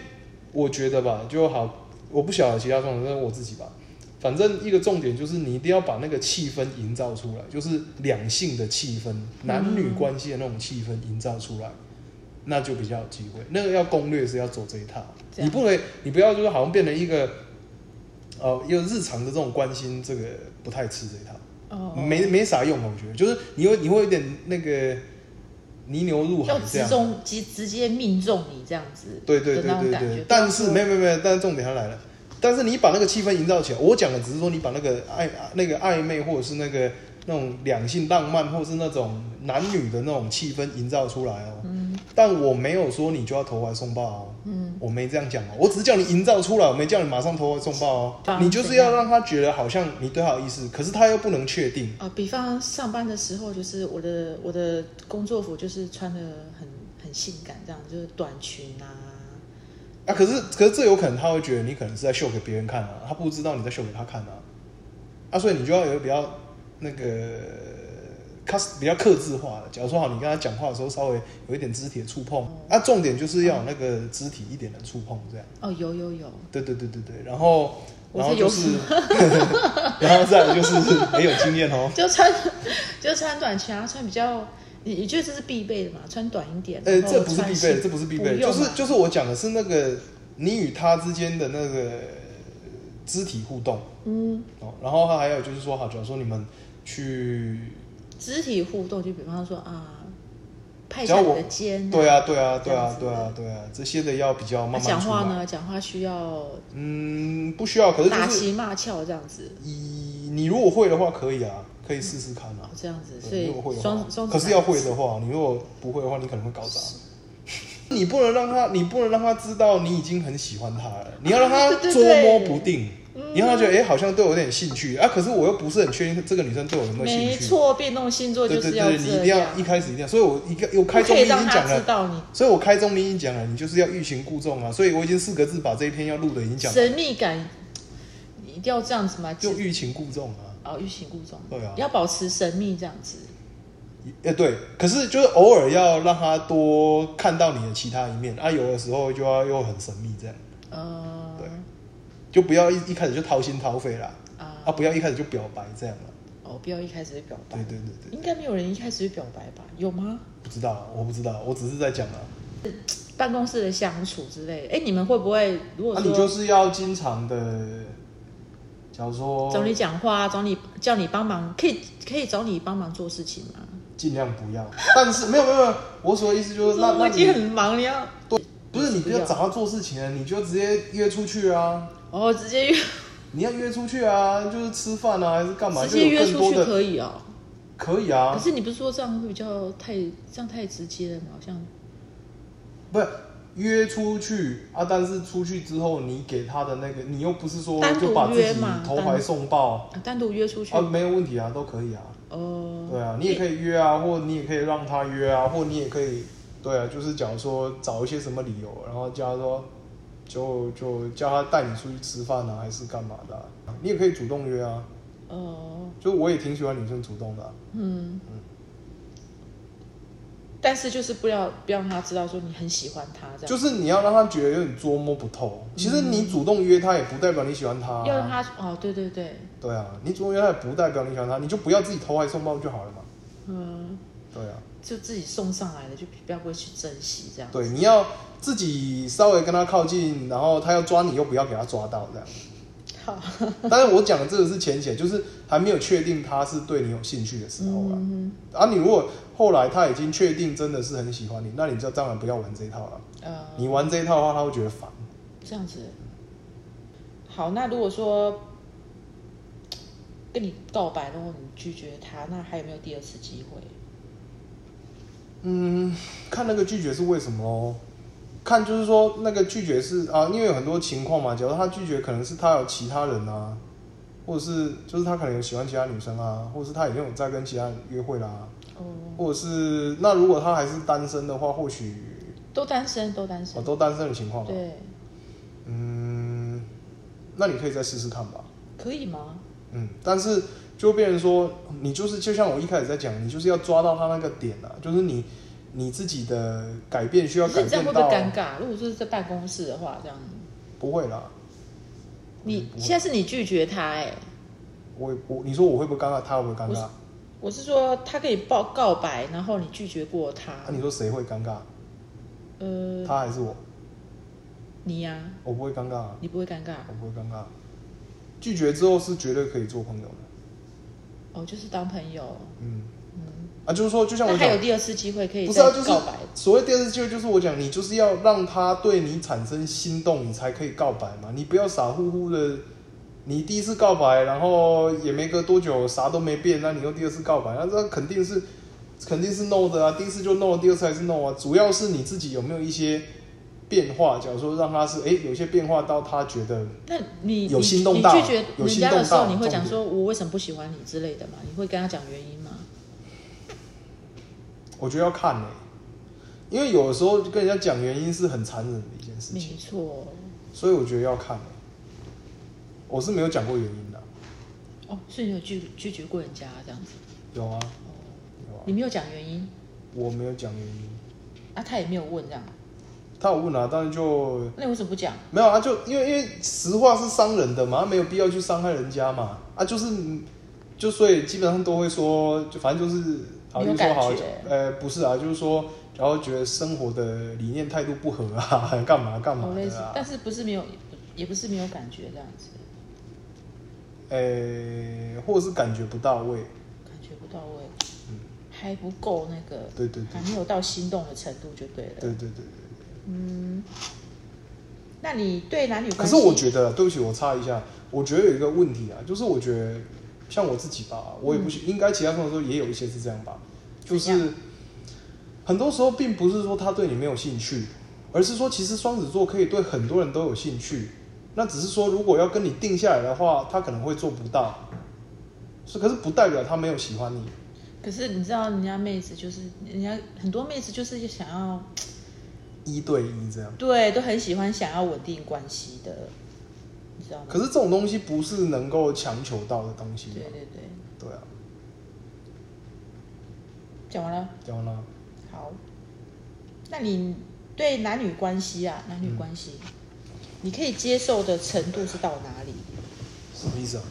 我觉得吧，就好，我不晓得其他创作者，但是我自己吧，反正一个重点就是你一定要把那个气氛营造出来，就是两性的气氛、男女关系的那种气氛营造出来，那就比较有机会。那个要攻略是要走这一套，
这
你
样
不能，你不要就是好像变成一个。呃，一个日常的这种关心，这个不太吃这一套，
哦，
没没啥用，我觉得，就是你会你会有点那个泥牛入海
要
嗯这
直
样。
中直直接命中你这样子
对对
的
对
那种
对
感觉，
对，但是没有没有没有，但是重点还来了。但是你把那个气氛营造起来，我讲的只是说你把那个暧那个暧昧或者是那个那种两性浪漫，或是那种男女的那种气氛营造出来哦。
嗯
但我没有说你就要投怀送抱哦，
嗯，
我没这样讲哦，我只是叫你营造出来，我没叫你马上投怀送抱哦。
啊
你就是要让他觉得好像你对他有意思，可是他又不能确定。
呃，比方上班的时候，就是我的我的工作服就是穿的很很性感，这样就是短裙啊，
啊，可是可是这有可能他会觉得你可能是在秀给别人看啊，他不知道你在秀给他看啊，啊，所以你就要有比较那个，他比较克制化的。假如说好，你跟他讲话的时候稍微有一点肢体的触碰，啊，重点就是要有那个肢体一点的触碰，这样。
哦，有有有，
对对对对对，然后
我
然
是
后就
有
是， 然后再来就是很有经验哦。
就穿就穿短裙啊，穿比较，你你觉得这是必备的嘛？穿短一点，
呃、
然后
这不是必备的，
穿
这不是必备的，
用
就
啊
是就是我讲的是那个你与他之间的那个肢体互动。
嗯，
哦，然后还有就是说，好，假如说你们去，
肢体互动，就比方说啊，拍一
只
下
要
你
我
的肩、
对啊，对啊，对
这样
啊
子，
对啊，对啊，这些的要比较
那
慢慢
讲
出
话
来。
呢，讲话需要
嗯，不需要，可是
打
就是
情骂俏这样子，
以你如果会的话，可以啊，可以试试看
哦
啊。，
这样子，所
对
以
你如果会的
双双子
话，可是
男
要会的话，你如果不会的话，你可能会搞砸。 你不能让他，你不能让他知道你已经很喜欢他了，你要让他
啊对对
捉
对嗯
摸不定，你让他觉得哎、诶好像对我有点兴趣啊，可是我又不是很确定这个女生对我有没有兴趣。
没错，变动星座
对
就
对
是要
对，你一
这
定要
样
一。开始一定要，所以我一个我
不
开宗
可以
明义已
让
经讲
他知
了，
道你
所以我开宗明义讲了，你就是要欲擒故纵啊，所以我已经四个字把这一篇要录的已经讲了，
神秘感，你一定要这样子嘛，
就
只
欲擒故纵啊，
哦欲擒故纵，
对啊
要保持神秘这样子。
呃对，可是就是偶尔要让他多看到你的其他一面啊，有的时候就要又很神秘这样，
呃，
对就不要一一开始就掏心掏肺啦，
啊，
啊不要一开始就表白这样了，
哦，不要一开始就表白，
对对对对，
应该没有人一开始就表白吧？有吗？
不知道我不知道，我只是在讲啊，
办公室的相处之类的，哎，你们会不会如果
啊你就
说
是要经常的，假如说
找你讲话，找你叫你帮忙，可以可以找你帮忙做事情吗？
尽量不要。但是没有没有没有，我所的意思就是那
说
那
我已经
你
很忙了，要
不是你不要找他做事情了，你就直接约出去啊！
哦直接约
你要约出去啊，就是吃饭啊，还是干嘛？
直
就
接
有
约
更
出
多
去
的
可以哦。
可以
可
啊，
是你不是说这样会比较太这样太直接了吗？好像
不是约出去啊，但是出去之后你给他的那个，你又不是说
单独
就把自
约
己
嘛
投怀送抱
啊单独约出去
啊，没有问题啊，都可以啊，
哦，
对啊，你也可以约啊，或你也可以让他约啊，或你也可以，对啊，就是假如说找一些什么理由，然后叫他说，就就叫他带你出去吃饭啊，还是干嘛的啊、你也可以主动约啊，
哦，
就我也挺喜欢女生主动的啊、
嗯，但是就是不要不要让他知道说你很喜欢他这样，
就是你要让他觉得有点捉摸不透。其实你主动约他，也不代表你喜欢他、啊
要让。他哦，对对对，
对啊，你主动约他，也不代表你喜欢他，你就不要自己投怀送抱就好了嘛。
嗯，
对啊，
就自己送上来的，就不要不会去珍惜这样。
对，你要自己稍微跟他靠近，然后他要抓你，又不要给他抓到这样。
好，
啊 但是我讲的这个是前提，就是还没有确定他是对你有兴趣的时候啦。
嗯，
啊，你如果后来他已经确定真的是很喜欢你，那你就当然不要玩这一套了。
呃，
你玩这一套的话，他会觉得烦。
这样子。好，那如果说跟你告白，然后你拒绝他，那还有没有第二次机会？
嗯，看那个拒绝是为什么哦。看就是说那个拒绝是啊，因为有很多情况嘛，假如他拒绝，可能是他有其他人啊，或者是就是他可能有喜欢其他女生啊，或者是他已经有在跟其他人约会啦、
哦，
或者是那如果他还是单身的话，或许
都单身，都单身。
哦都单身的情况嘛，
对，
嗯，那你可以再试试看吧，
可以吗？
嗯，但是就变成说，你就是就像我一开始在讲，你就是要抓到他那个点啊，就是你你自己的改变需要
可
改
是你这样
变
会
到啊
不会尴尬？如果说是在办公室的话，这样
不会啦，
你
不会
现在是你拒绝他哎、
我我你说我会不会尴尬，他会不会尴
不
尬？
是
啊，
我是说他可以报告白，然后你拒绝过他，
啊你说谁会尴尬？
呃，
他还是我？
你呀、
我不会尴尬啊，
你不会尴尬
我不会尴尬。拒绝之后是绝对可以做朋友的，
哦，就是当朋友，
嗯，
嗯，
啊，就是说，就像
那
我
还有
讲，
第二次机会可以
不是
再
啊，就是
告白，
所谓第二次机会，就是我讲，你就是要让他对你产生心动，你才可以告白嘛，你不要傻乎乎的，你第一次告白，然后也没隔多久啥都没变，那你又第二次告白，那这肯定是肯定是 no 的啊，第一次就 no，第二次还是 no 啊，主要是你自己有没有一些变化，假如说让他是哎、有些变化到他觉得
那你
有
你
心动到
你拒绝
有
人
心
家
动
的时候，
到
你会讲
重点
说我为什么不喜欢你之类的嘛？你会跟他讲原因吗？
我觉得要看呢、因为有的时候跟人家讲原因是很残忍的一件事情
没，错，
所以我觉得要看欸、我是没有讲过原因的，啊
哦，所以你有拒拒绝过人家这样子，
有啊，
哦，
有啊，
你没有讲原因，
我没有讲原因。
啊，他也没有问这样，
他有问啊，但是就
那你为什么不讲？
没有啊，就因为因为实话是伤人的嘛，他没有必要去伤害人家嘛，啊，就是就所以基本上都会说，就反正就是好，
没
就
有
是说
感
好
觉，
呃，不是啊，就是说，然后觉得生活的理念态度不合啊， 干嘛干嘛
哦类似
的啊，
但是不是没有，也不是没有感觉这样子，
呃，或者是感觉不到位，
感觉不到位，
嗯
还不够那个，
对对对
还没有到心动的程度就对了。
对对对对。
嗯，那你对男女
可
关系？
是我觉得，对不起，我插一下，我觉得有一个问题啊，就是我觉得像我自己吧，我也不行，应该其他朋友说也有一些是这样吧，就
怎样
是很多时候并不是说他对你没有兴趣，而是说其实双子座可以对很多人都有兴趣，那只是说如果要跟你定下来的话，他可能会做不到，是可是不代表他没有喜欢你，
可是你知道，人家妹子就是人家很多妹子就是想要，
一对一这样。
对，都很喜欢想要稳定关系的，你知道吗？
可是这种东西不是能够强求到的东西嘛
对，对对，
对啊，
讲完了，
讲完了。
好。那你对男女关系啊，男女关
嗯
系，你可以接受的程度是到哪里？
什么意思啊？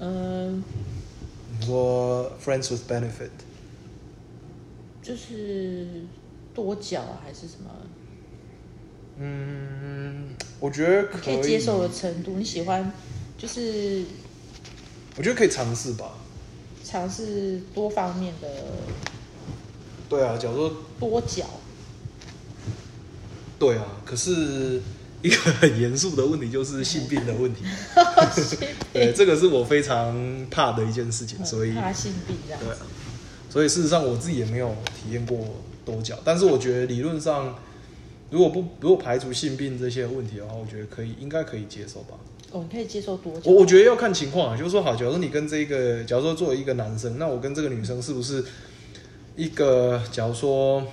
嗯、
你说 friends with benefit，
就是多角啊，还是什么？
嗯，我觉得
你
可
可以接受的程度，你喜欢就是
我觉得可以尝试吧。
尝试多方面的
对啊，假如说
多角。
对啊，可是一个很严肃的问题就是性病的问题。 对，这个是我非常怕的一件事情，所以
怕性病这样
对啊
子，，
所以事实上我自己也没有体验过多角，但是我觉得理论上，如果不如果排除性病这些问题的话，我觉得可以应该可以接受吧。
哦，你可以接受多久？
我我觉得要看情况啊，就是说好，假如说你跟这个，假如说作为一个男生，那我跟这个女生是不是一个，假如说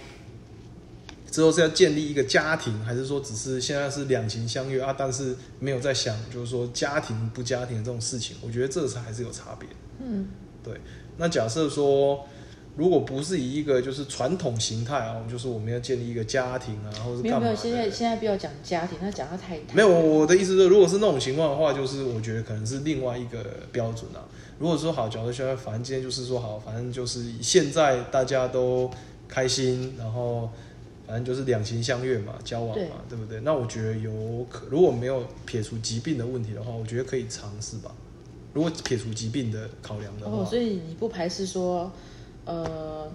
之后是要建立一个家庭，还是说只是现在是两情相悦啊，但是没有在想就是说家庭不家庭的这种事情，我觉得这是还是有差别。
嗯，
对，那假设说。如果不是以一个就是传统形态啊，就是我们要建立一个家庭啊，或者是
没有
干嘛
没有，
的
现在现在不要讲家庭，那讲到太太
没有，我的意思是，如果是那种情况的话，就是我觉得可能是另外一个标准啊。如果说好，假如说反正今天就是说好，反正就是现在大家都开心，然后反正就是两情相悦嘛，交往嘛，对不对？那我觉得有可，如果没有撇除疾病的问题的话，我觉得可以尝试吧。如果撇除疾病的考量的话，
哦，所以你不排斥说，呃，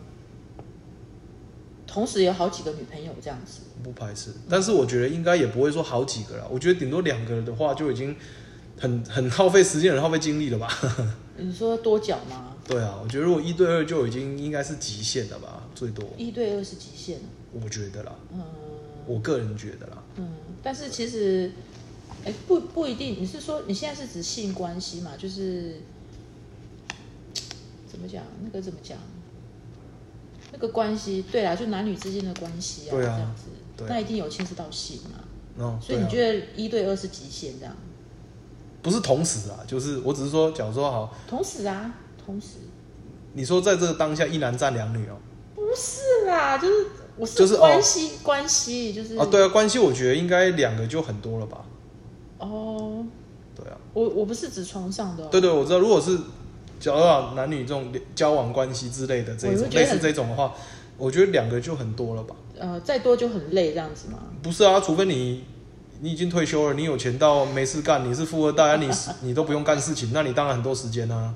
同时有好几个女朋友这样子，
不排斥，但是我觉得应该也不会说好几个啦。我觉得顶多两个的话就已经很很耗费时间、很耗费精力了吧。
你说多角吗？
对啊，我觉得如果一对二就已经应该是极限了吧，最多
一对二是极限，
我觉得啦，
嗯，
我个人觉得啦，
嗯，但是其实，哎，不不一定。你是说你现在是指性关系嘛？就是怎么讲？那个怎么讲？那个关系，对啦，就男女之间的关系啊，
对啊
这样子，
对
那一定有牵涉到性嘛。
哦，
所以
对
你
啊
觉得一对二是极限这样？
不是同时啊，就是我只是说，假如说好，
同时啊，同时
你说在这个当下一男占两女哦、
不是啦，就是我是
就是哦
关系、关系就是
啊，对啊，关系我觉得应该两个就很多了吧？
哦，
对啊，
我我不是指床上的、哦，
对对，我知道，如果是假如啊男女这种交往关系之类的这一
我
种
会觉得
类似
很
这种的话，我觉得两个就很多了吧？
呃，再多就很累这样子嘛。
不是啊，除非你你已经退休了，你有钱到没事干，你是富二代啊，你是 你都不用干事情，那你当然很多时间啊。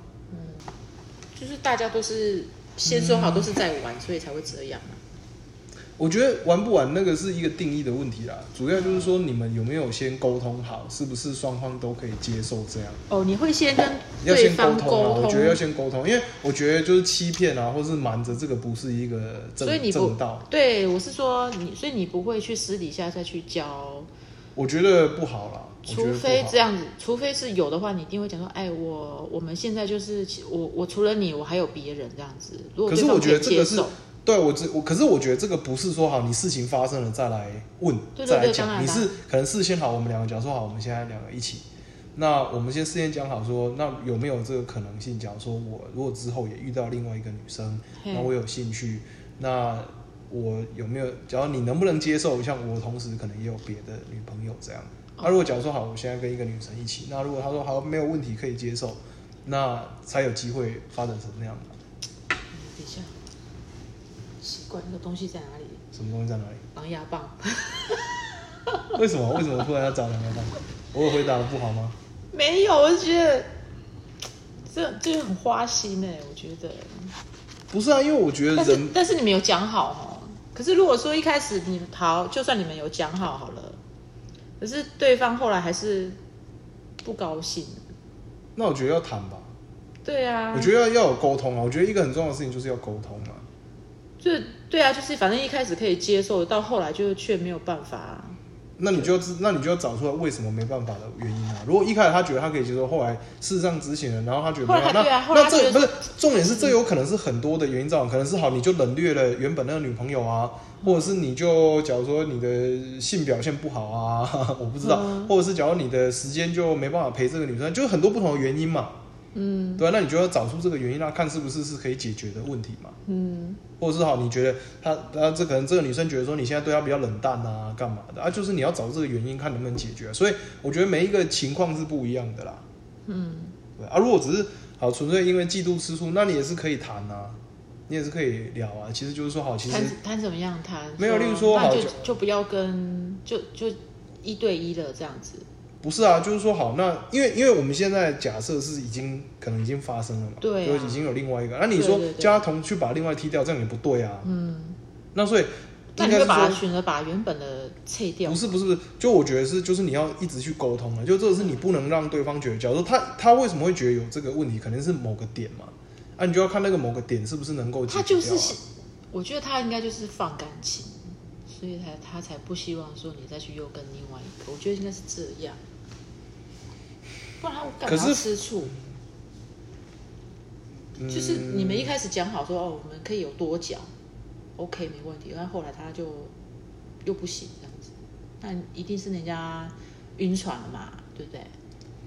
就是大家都是先说好都是在玩，所以才会这样嘛。
我觉得玩不玩那个是一个定义的问题啦，主要就是说你们有没有先沟通好，是不是双方都可以接受这样。
哦，你会先跟
要
对
先沟
方
通啊，我觉得要先沟通，因为我觉得就是欺骗啊，或是瞒着，这个不是一个正
所以你不
正道，
对我是说你，所以你不会去私底下再去教，
我觉得不好啦。我觉得
除非
不好
这，样子，除非是有的话，你一定会讲说，哎，我我们现在就是我我除了你，我还有别人这样子。如果
可是
对方
我觉得
以
这个
接
是
受
对我只我，可是我觉得这个不是说好你事情发生了再来问，
对对
再来
对当
讲，
然
你
啦
是可能事先好，我们两个讲说好，我们现在两个一起，那我们先事先讲好说，那有没有这个可能性？假如说我如果之后也遇到另外一个女生，
嘿
那我有兴趣，那我有没有？只要你能不能接受？像我同时可能也有别的女朋友这样。那、如果假如说好，我现在跟一个女生一起，那如果她说好没有问题可以接受，那才有机会发展成那样嘛。
嗯等一下，奇怪，那个东西在哪里？
什么东西在哪里？
狼牙棒
为什么？为什么突然要找两个伴？我有回答的不好吗？
没有，我就觉得这这个很花心哎、我觉得。
不是啊，因为我觉得
但是
人
但是你们有讲好哦。可是如果说一开始你好，就算你们有讲好好了，可是对方后来还是不高兴。
那我觉得要谈吧，
对啊，
我觉得要要有沟通啊。我觉得一个很重要的事情就是要沟通啊。
就对啊，就是反正一开始可以接受，到后来就却没有办法、
那你就要知，那你就要找出来为什么没办法的原因啊。如果一开始他觉得他可以接受，后来事实上执行了，然后他觉得没
后来
办
他
法，
对啊
那
后来
那
他
这
觉得
不是重点是这有可能是很多的原因造成，可能是好你就冷略了原本那个女朋友啊，或者是你就假如说你的性表现不好啊， 我不知道，
嗯
或者是假如你的时间就没办法陪这个女生，就很多不同的原因嘛。
嗯
对啊，那你就要找出这个原因，那看是不是是可以解决的问题嘛？
嗯，
或者是好，你觉得她她这可能这个女生觉得说你现在对她比较冷淡啊，干嘛的啊？就是你要找这个原因，看能不能解决。啊所以我觉得每一个情况是不一样的啦。嗯，对啊，如果只是好纯粹因为嫉妒吃醋，那你也是可以谈啊，你也是可以聊啊。其实就是说好，其实
谈谈怎么样谈？
没有例如说
那
好
就
就
就不要跟就就一对一了这样子。
不是啊，就是说好，那因为因为我们现在假设是已经可能已经发生了嘛，
对啊
就已经有另外一个，那你说
对对对
叫他同去把另外踢掉，这样也不对啊。
嗯，
那所以
那
应
你
该
会
是
把它
说，
选择把原本的撤掉
不？是不是不是，就我觉得是，就是你要一直去沟通啊，就这个是你不能让对方觉得，假如说他他为什么会觉得有这个问题，可能是某个点嘛，啊，你就要看那个某个点是不是能够解
他
决
就
掉、啊。
是希，我觉得他应该就是放感情，所以他他才不希望说你再去又跟另外一个。我觉得应该是这样，不然他干
可
嘛
是
要吃醋？
嗯
就是你们一开始讲好说哦，我们可以有多讲，OK 没问题，但后来他就又不行这样子，那一定是人家晕船了嘛，对不对？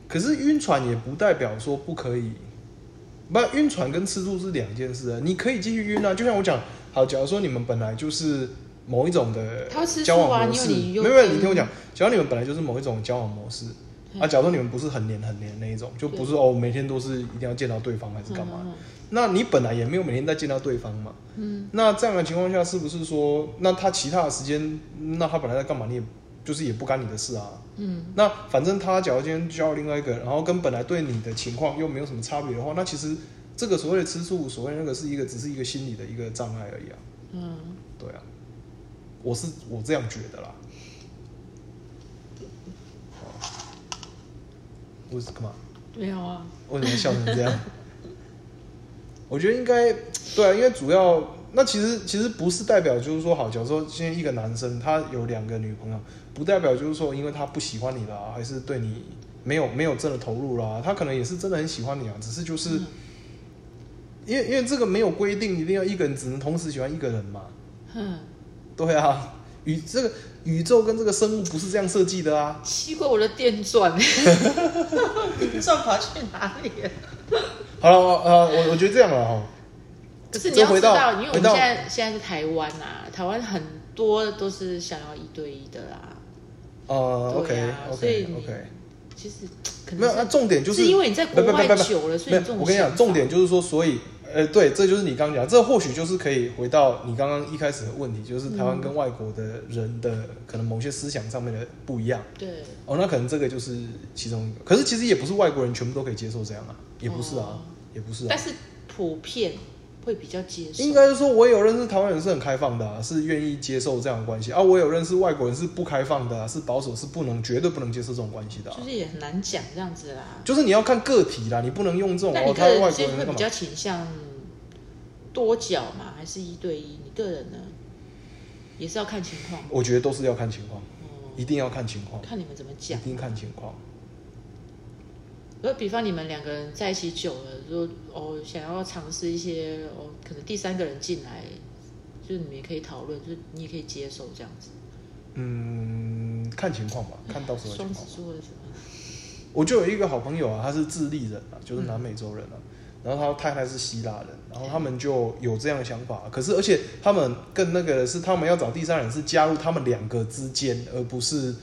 可是晕船也不代表说不可以，不晕船跟吃醋是两件事啊。你可以继续晕啊，就像我讲，好，假如说你们本来就是某一种的
他会吃醋啊
交往模式，
你有你又
没有没有，
跟
你听我讲，假如你们本来就是某一种交往模式，
嗯
啊，假如说你们不是很黏很黏那一种，就不是哦每天都是一定要见到对方还是干嘛，
嗯？
那你本来也没有每天在见到对方嘛，
嗯，
那这样的情况下是不是说，那他其他的时间，那他本来在干嘛，你也就是也不干你的事啊，
嗯，
那反正他假如今天交了另外一个，然后跟本来对你的情况又没有什么差别的话，那其实这个所谓的吃醋，所谓那个是一个只是一个心理的一个障碍而已啊。
嗯嗯，
对啊，我是我这样觉得啦。为什干嘛？
没有啊，
为什么笑成这样？我觉得应该对啊，因为主要那其实其实不是代表就是说，好，假如说今天一个男生他有两个女朋友，不代表就是说，因为他不喜欢你啦、还是对你没有没有真的投入啦，他可能也是真的很喜欢你啊，只是就是、因为因为这个没有规定一定要一个人只能同时喜欢一个人嘛，
嗯，
对啊，宇这个宇宙跟这个生物不是这样设计的啊，
奇怪，我的电钻，电钻跑去哪里 了？
好了，我呃，我我觉得这样了哈。
可是你要
这回
知
到
道，因为我
回
们
到
现在现在是台湾呐、台湾很多都是想要一对一的啦。
呃
对
，OK
啊所以
OK
你
OK，
其实可
没有，
能
那
是
重点就是
是因为你在国
不不
外
不不不
久了所以
没有
你这种
我跟你讲，
想法
重点就是说，所以呃，对，这就是你刚刚讲，这或许就是可以回到你刚刚一开始的问题，就是台湾跟外国的人的、可能某些思想上面的不一样
对，
哦，那可能这个就是其中一个，可是其实也不是外国人全部都可以接受这样啊，也不是
哦
啊，也不是啊
但。是普遍会比较接受。
应该是说，我有认识台湾人是很开放的、啊，是愿意接受这样的关系啊。我有认识外国人是不开放的、啊，是保守，是不能绝对不能接受这种关系的、啊。
就是也很难讲这样子啦。
就是你要看个体啦，你不能用这种
那你
哦，
个
他外
人
国
是
人在
会比
干
较
嘛？
倾向多角嘛，还是一对一？你个人呢，也是要看情况
我觉得都是要看情况，
哦，
一定要看情况，
看你们怎么
一
讲。
定看情况。
呃，比方你们两个人在一起久了，说哦想要尝试一些哦，可能第三个人进来，就是你们也可以讨论，就是你也可以接受这样子。
嗯，看情况吧，看到时候的
双
情
子
况。
座的什么？
我就有一个好朋友啊，他是智利人啊，
嗯
就是南美洲人啊，然后他太太是希腊人，然后他们就有这样的想法。可是，而且他们更那个的是，他们要找第三人是加入他们两个之间，而不是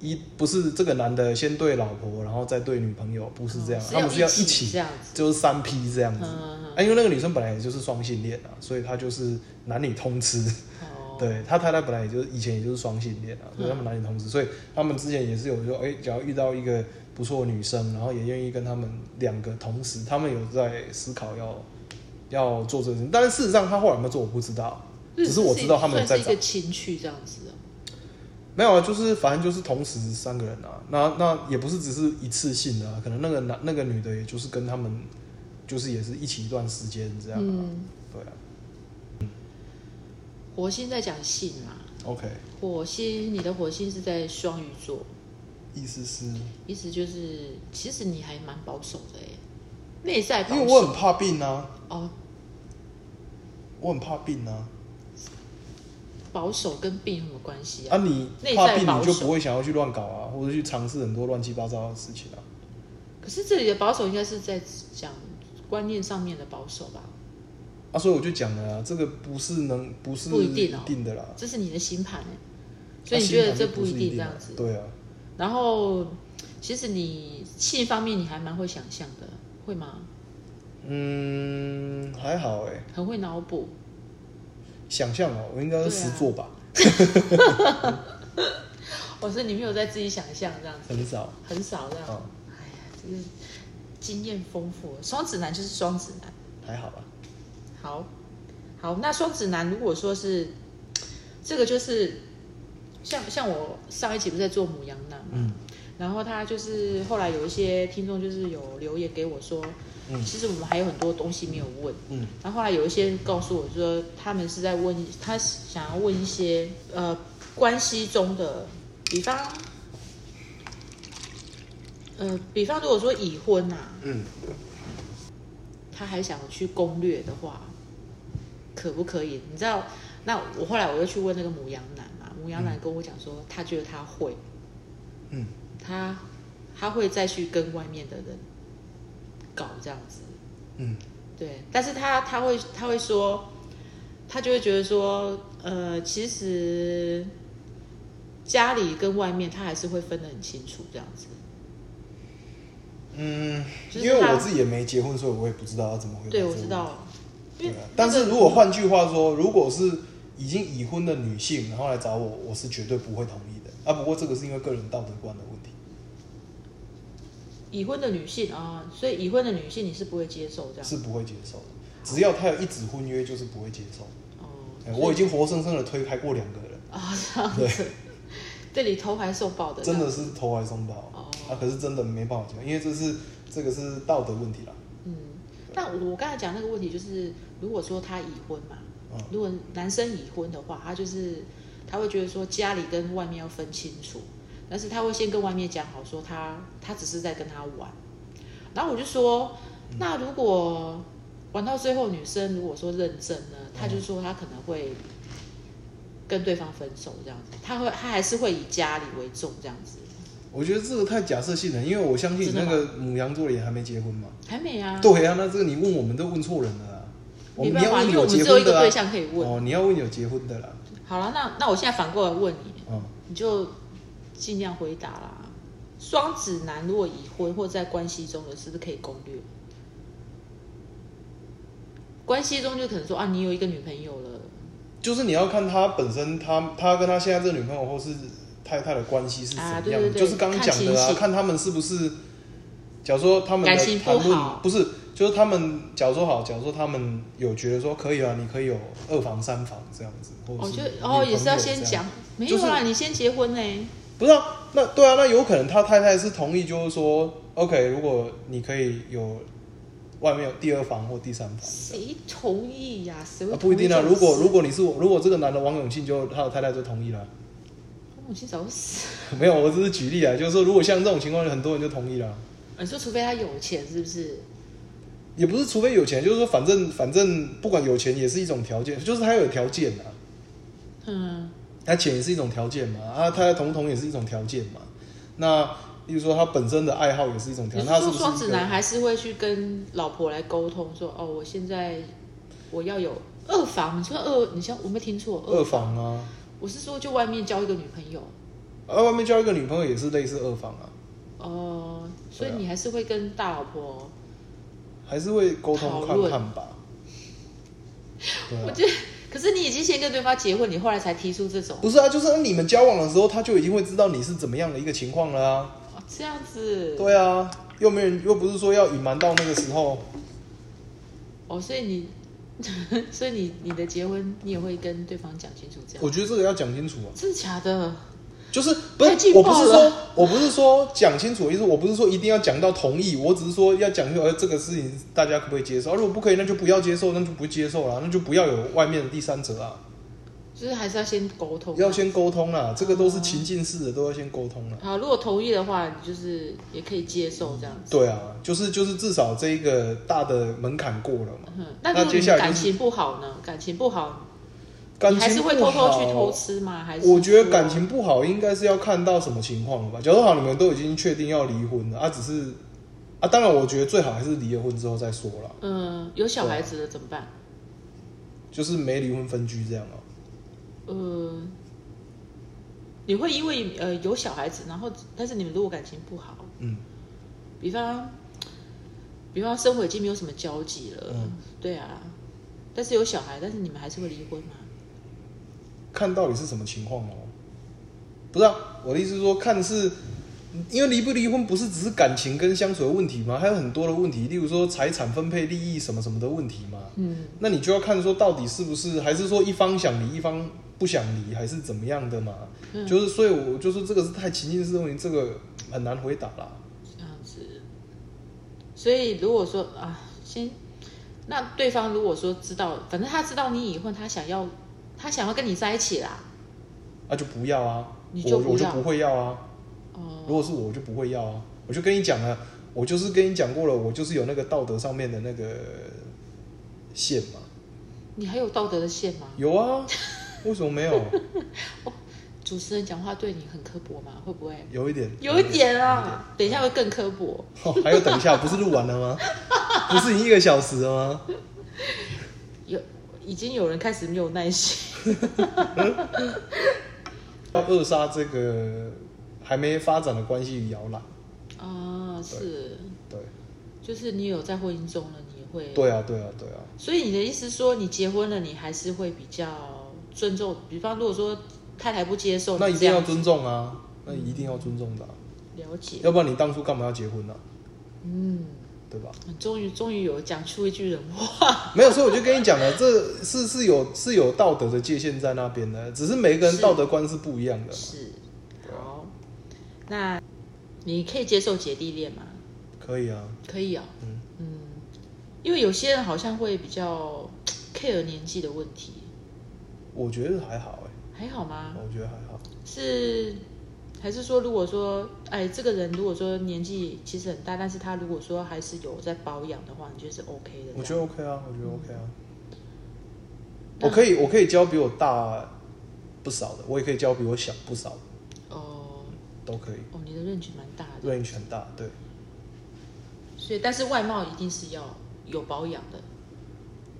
一不是这个男的先对老婆，然后再对女朋友，不是这样，
哦
他们是要一
起这
起，
样子。
就是三 P 这样
嗯
子。
嗯
啊，因为那个女生本来也就是双性恋啊，所以她就是男女通吃。
嗯哦，
对，她太太本来也就是以前也就是双性恋
嗯
啊，所以他们男女通吃，所以他们之前也是有说，哎、只要遇到一个不错的女生，然后也愿意跟他们两个同时，他们有在思考要要做这件事情，但是事实上她后来有没有做我不知道，只是我知道他们有在
算嗯
找
是一。个情趣这样子哦。
没有啊，就是反正就是同时三个人啊，那那也不是只是一次性的、啊，可能那个男那个女的也就是跟他们就是也是一起一段时间这样、啊，
嗯，
对啊
火星在讲性嘛，
，OK。
火星，你的火星是在双鱼座，
意思是，
意思就是其实你还蛮保守的哎，内在保
因
守。
为我很怕病啊，
哦，
我很怕病啊。
保守跟病有什么关系
啊，
啊？
你
内
怕
在
病，
保
你
守
就不会想要去乱搞啊，或者去尝试很多乱七八糟的事情啊。
可是这里的保守应该是在讲观念上面的保守吧？
啊，所以我就讲了啊，这个不是能不是
不一定哦
定的啦。
这是你的星盘哎，所以
啊
你觉
新
得
郎
这
就
不
不是
一定这
的
样子。
对啊，
然后其实你性方面你还蛮会想象的，会吗？
嗯，还好哎、
很会脑补。
想象哦，我应该是
对啊
实做吧，
我说你没有在自己想象这样子，
很少。
很少这样。
啊，
哎呀，真是经验丰富。双子男就是双子男。
还好啊吧。
好，好，那双子男如果说是这个，就是像像我上一期不是在做母羊男嘛，
嗯
然后他就是后来有一些听众就是有留言给我说，
嗯
其实我们还有很多东西没有问。
嗯
然后后来有一些人告诉我说，他们是在问，他想要问一些呃关系中的，比方，呃，比方如果说已婚啊，
嗯，
他还想去攻略的话，可不可以？你知道，那我后来我又去问那个母羊男嘛，母羊男跟我讲说，他觉得他会，
嗯，
他他会再去跟外面的人搞这样子，
嗯，
对，但是他他会他会说，呃他就会觉得说，呃，其实呃家里跟外面他还是会分得很清楚这样子，
嗯，
就是
因为
他
我自己也没结婚，所以我也不知道要怎么回答。
对，我知。道，因
嗯对
为
啊，
那
但
个
是如果换句话说，如果是已经已婚的女性，然后来找我，我是绝对不会同意的。啊，不过这个是因为个人道德观的问题。
已婚的女性啊，所以已婚的女性你是不会接受这样
是不会接受的。只要他有一纸婚约，就是不会接受。
哦
哎，我已经活生生的推开过两个人，
啊、这样
对
子，对你投怀送抱的这
真
样，
的是投怀送抱
哦
啊！可是真的没办法讲，因为这是这个是道德问题啦。
嗯。但我刚才讲那个问题就是，如果说他已婚嘛，
嗯
如果男生已婚的话，他就是他会觉得说家里跟外面要分清楚，但是他会先跟外面讲好说他他只是在跟他玩，然后我就说，那如果玩到最后女生如果说认证呢，他就说他可能会跟对方分手这样子，他会他还是会以家里为重这样子，
我觉得这个太假设性了，因为我相信
真的
那
吗
个母羊座的也还没结婚嘛。
还没啊，
对啊，那这个你问我们都问错人了啦。啊我
没
们
办
你要
法，因为我
问
们
有结
只有一
婚
个
的、啊
对、象可以问。
哦，你要问有结婚的啦。
好了，那那我现在反过来问你，
嗯，
你就尽量回答啦。双子男如果已婚或在关系中的，是不是可以攻略？关系中就可能说啊，你有一个女朋友了，
就是你要看他本身，他他跟他现在这个女朋友或是太太的关系是怎么样，
啊对对对
就是刚刚讲
看
的啊，
亲
看
戚
他们是不是，假如说他们的
感情不
谈论
好
不是，就是他们假如说好，假如说他们有觉得说可以啊，你可以有二房三房这样子，或
我
者
就是哦
女朋友
也是要先
这样
讲，没有啦，
就
你先结婚呢、
不是啊，那对啊，那有可能他太太是同意，就是说，OK，如果你可以有外面有第二房或第三房，
谁同意呀、谁会、
啊、不一定啊。如果如
果
果你是我，如果这个男的王永庆就他的太太就同意了，
我母亲早就死了，
没有，我只是举例啊，就是说，如果像这种情况，很多人就同意了，啊
哦你说除非他有钱是不是？
也不是除非有钱，就是说，反正反正不管有钱也是一种条件，就是他有条件啊，
嗯，
他钱也是一种条件嘛，啊，他的同同也是一种条件嘛，那。例如说，他本身的爱好也是一种条
你
件。
是
他是
说
不是
双子
一个
男还是会去跟老婆来沟通说，哦，我现在我要有二房，你说二，你像我没听错，
二房啊？
我是说就外面交一个女朋友，
啊，外面交一个女朋友也是类似二房啊，
哦、所以
对啊
你还是会跟大老婆，
还是会沟通
讨
看
论
看吧。对
我
啊，
觉得，可是你已经先跟对方结婚，你后来才提出这种，
不是啊，就是你们交往的时候，他就已经会知道你是怎么样的一个情况了啊。
哦这样子，
对啊，又没人，又不是说要隐瞒到那个时候。
哦，所以你， 所以你你的结婚，你也会跟对方讲清楚这样，
我觉得这个要讲清楚啊，
真的假的？
就是不
太
是
劲
我
爆
不是
了
说我不是说讲清楚的意思，我不是说一定要讲到同意，我只是说要讲清楚，呃，这个事情大家可不可以接受？啊如果不可以，那就不要接受，那就不接受啦，那就不要有外面的第三者啊，
就是还是要先沟通，啊
要先沟通啦，这个都是情境式的，都要先沟通啦。
好，如果同意的话，你就是也可以接受这样子。
对啊，就是就是至少这一个大的门槛过了嘛。
嗯，那
那
如果
接
你
下来
感
就是
情不好呢？感情不好，
感
你还是
情
会
不
偷
好，
偷去偷吃吗？还是
我觉得
说
感情不好应该是要看到什么情况了吧。假如好，你们都已经确定要离婚了啊，只是啊，当然我觉得最好还是离了婚之后再说啦，
嗯，有小孩子了怎么办？
就是没离婚分居这样啊。
呃，你会因为呃有小孩子，然后但是你们如果感情不好，
嗯，
比方比方生活已经没有什么交集了，
嗯
对啊，但是有小孩，但是你们还是会离婚嘛？
看到底是什么情况哦。不是啊，我的意思是说，看是因为离不离婚不是只是感情跟相处的问题吗？还有很多的问题，例如说财产分配、利益什么什么的问题嘛。
嗯，
那你就要看说到底是不是，还是说一方想离，一方不想离，还是怎么样的嘛？
嗯
就是，所以我就说这个是太情境式的问题，这个很难回答啦。
这样子。所以如果说啊，先那对方如果说知道，反正他知道你已婚，他想要他想要跟你在一起啦。
啊，就不要啊，
你
我
就不
我就
要
不会要啊。
哦、
如果是我，我就不会要啊。我就跟你讲了，我就是跟你讲过了，我就是有那个道德上面的那个线嘛。
你还有道德的线吗？
有啊，为什么没有？
主持人讲话对你很刻薄吗？会不会？
有一点，
有一点啊，等一下会更刻薄。
有一点。哦，还有等一下，不是录完了吗？不是已经一个小时了吗？
有已经有人开始没有耐心。
要扼杀这个还没发展的关系与摇篮。
啊，是，
对，
就是你有在婚姻中了，你也会。。
对啊，对啊，对啊。
所以你的意思说，你结婚了，你还是会比较尊重，比方如果说太太不接受，
那一
你这
定要
样
尊重啊，那一定要尊重的啊、
了解。
要不然你当初干嘛要结婚呢、
嗯，
对吧？
终于终于有讲出一句人话。
没有，所以我就跟你讲了，这是是有是有道德的界限在那边的，只是每个人
是
道德观是不一样的嘛。
是。
啊
好，那你可以接受姐弟恋吗？
可以啊，
可以啊、
嗯
嗯，因为有些人好像会比较 care 年纪的问题，
我觉得还好
还好
哎、
吗？
我觉得还好。
是还是说，如果说，哎，这个人如果说年纪其实很大，但是他如果说还是有在保养的话，你觉得是 OK 的？
我觉得 OK 啊，我觉得 OK 啊。
那
我可以，我可以教比我大不少的，我也可以教比我小不少的，
得哦
都可以。
哦，你的认知蛮大的，
range 很大，对，
所以但是外貌一定是要有保养的。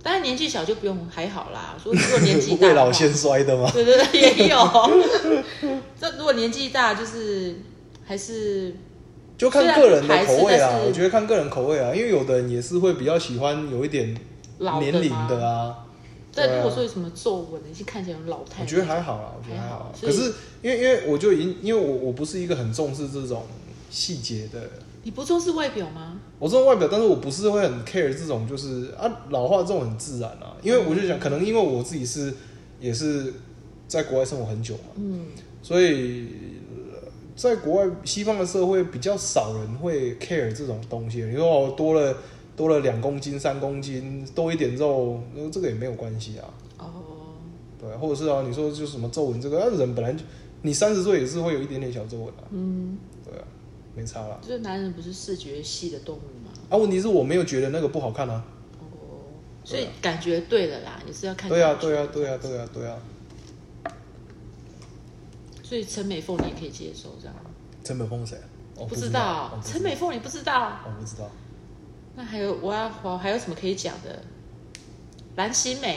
但是年纪小就不用还好啦。说如果年纪大
未
的
老
话，
先衰的嘛。
对对对，也有。这如果年纪大，就是还是
就看个人的口味
虽然
啊
还，是
我觉得看个人口味啊，因为有的人也是会比较喜欢有一点
老
年龄的啊。对
但
啊
如果说有什么皱纹，已经看起来很老态，
我觉得还好啦，我觉得还好
还好。所
可
以
是因为因为我就已经因为我我不是一个很重视这种细节的，
你不重视外表吗？
我这种外表，但是我不是会很 care 这种就是啊老化这种很自然啊，因为我就想可能因为我自己是也是在国外生活很久嘛，
嗯，
所以呃在国外西方的社会比较少人会 care 这种东西。你说哦，多了多了两公斤、三公斤，多一点肉，那这个也没有关系啊。
哦，
对，或者是啊，你说就什么皱纹这个，那人本来就你三十岁也是会有一点点小皱纹啊，
嗯，
对啊，没差啦。
就是男人不是视觉系的动物吗？
啊，问题是我没有觉得那个不好看啊。
哦，所
对啊
以感觉对了啦，你是要看
对啊，
感觉
对啊，对啊，对啊，对啊。
所以陈美凤你也可以接受这样，
陈本峰谁啊？哦，
不
知
知道陈美
哦
凤你不知道，
我不知道。
那还有我要我还有什么可以讲的？蓝心湄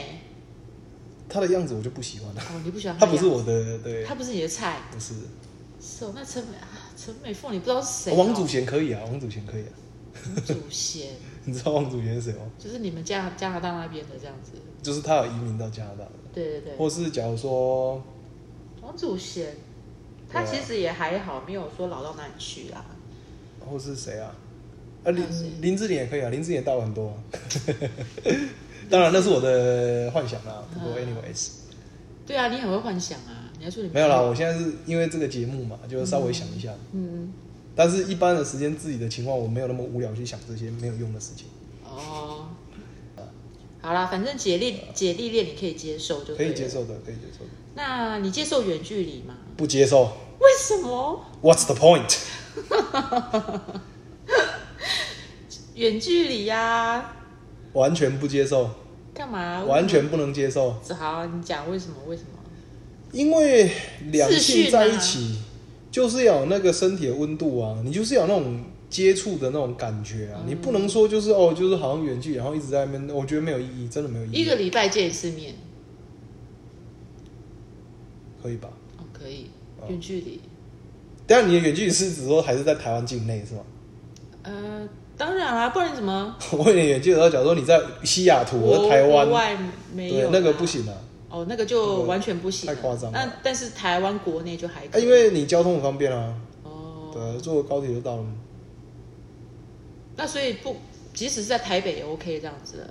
他的样子我就不喜欢了，
哦，你不喜欢
他不是
样
我的，对，
她不是你的菜，
不是。
是哦。那陈美啊陈美凤你不知道是谁哦、
王祖贤可以啊，王祖贤可以啊。
王祖贤，
你知道王祖贤是谁吗？
就是你们加加拿大那边的这样子。
就是他有移民到加拿大的，
对对对，
或是假如说，
王祖贤，他
对啊
其实也还好，没有说老到哪里去啦。
或是谁啊？啊，
还有谁
林林志玲也可以啊，林志玲也大我很多、啊。 当然那是我的幻想啦，不过
嗯
anyways，
对啊，你很会幻想啊，你还说你
没有啦，我现在是因为这个节目嘛，就稍微想一下，
嗯
但是一般的时间自己的情况，我没有那么无聊去想这些没有用的事情，
哦，好啦，反正姐弟姐弟恋你可以接受就
可
对
以
了
接。受的，可以接受的，
那你接受远距离吗？
不接受
为什么
，What's the point？
远距离呀、
完全不接受，
干嘛？
完全不能接受。
好，你讲为什么？为什么？
因为两
视讯
性
啊
在一起，就是要有那个身体的温度啊，你就是要有那种接触的那种感觉
嗯
啊，你不能说就是哦，就是好像远距，然后一直在那边，我觉得没有意义，真的没有意
一
义，
个礼拜见一次面，
可以吧？
哦，可以，
哦
远距离。
但你的远距离是指说还是在台湾境内是吗？
呃，当然啦，不然你怎么？
我以前远距离的时候，假如说你在西雅图和
国
台
国
湾，
外没有
对
啦
那个不。行啊，
哦，那个就完全不行了，
太夸张了
那但是台湾国内就还
啊
可以，
因为你交通很方便啊，对
哦，
啊，坐高铁就到了。
那所以不，即使是在台北也 OK 这样子了。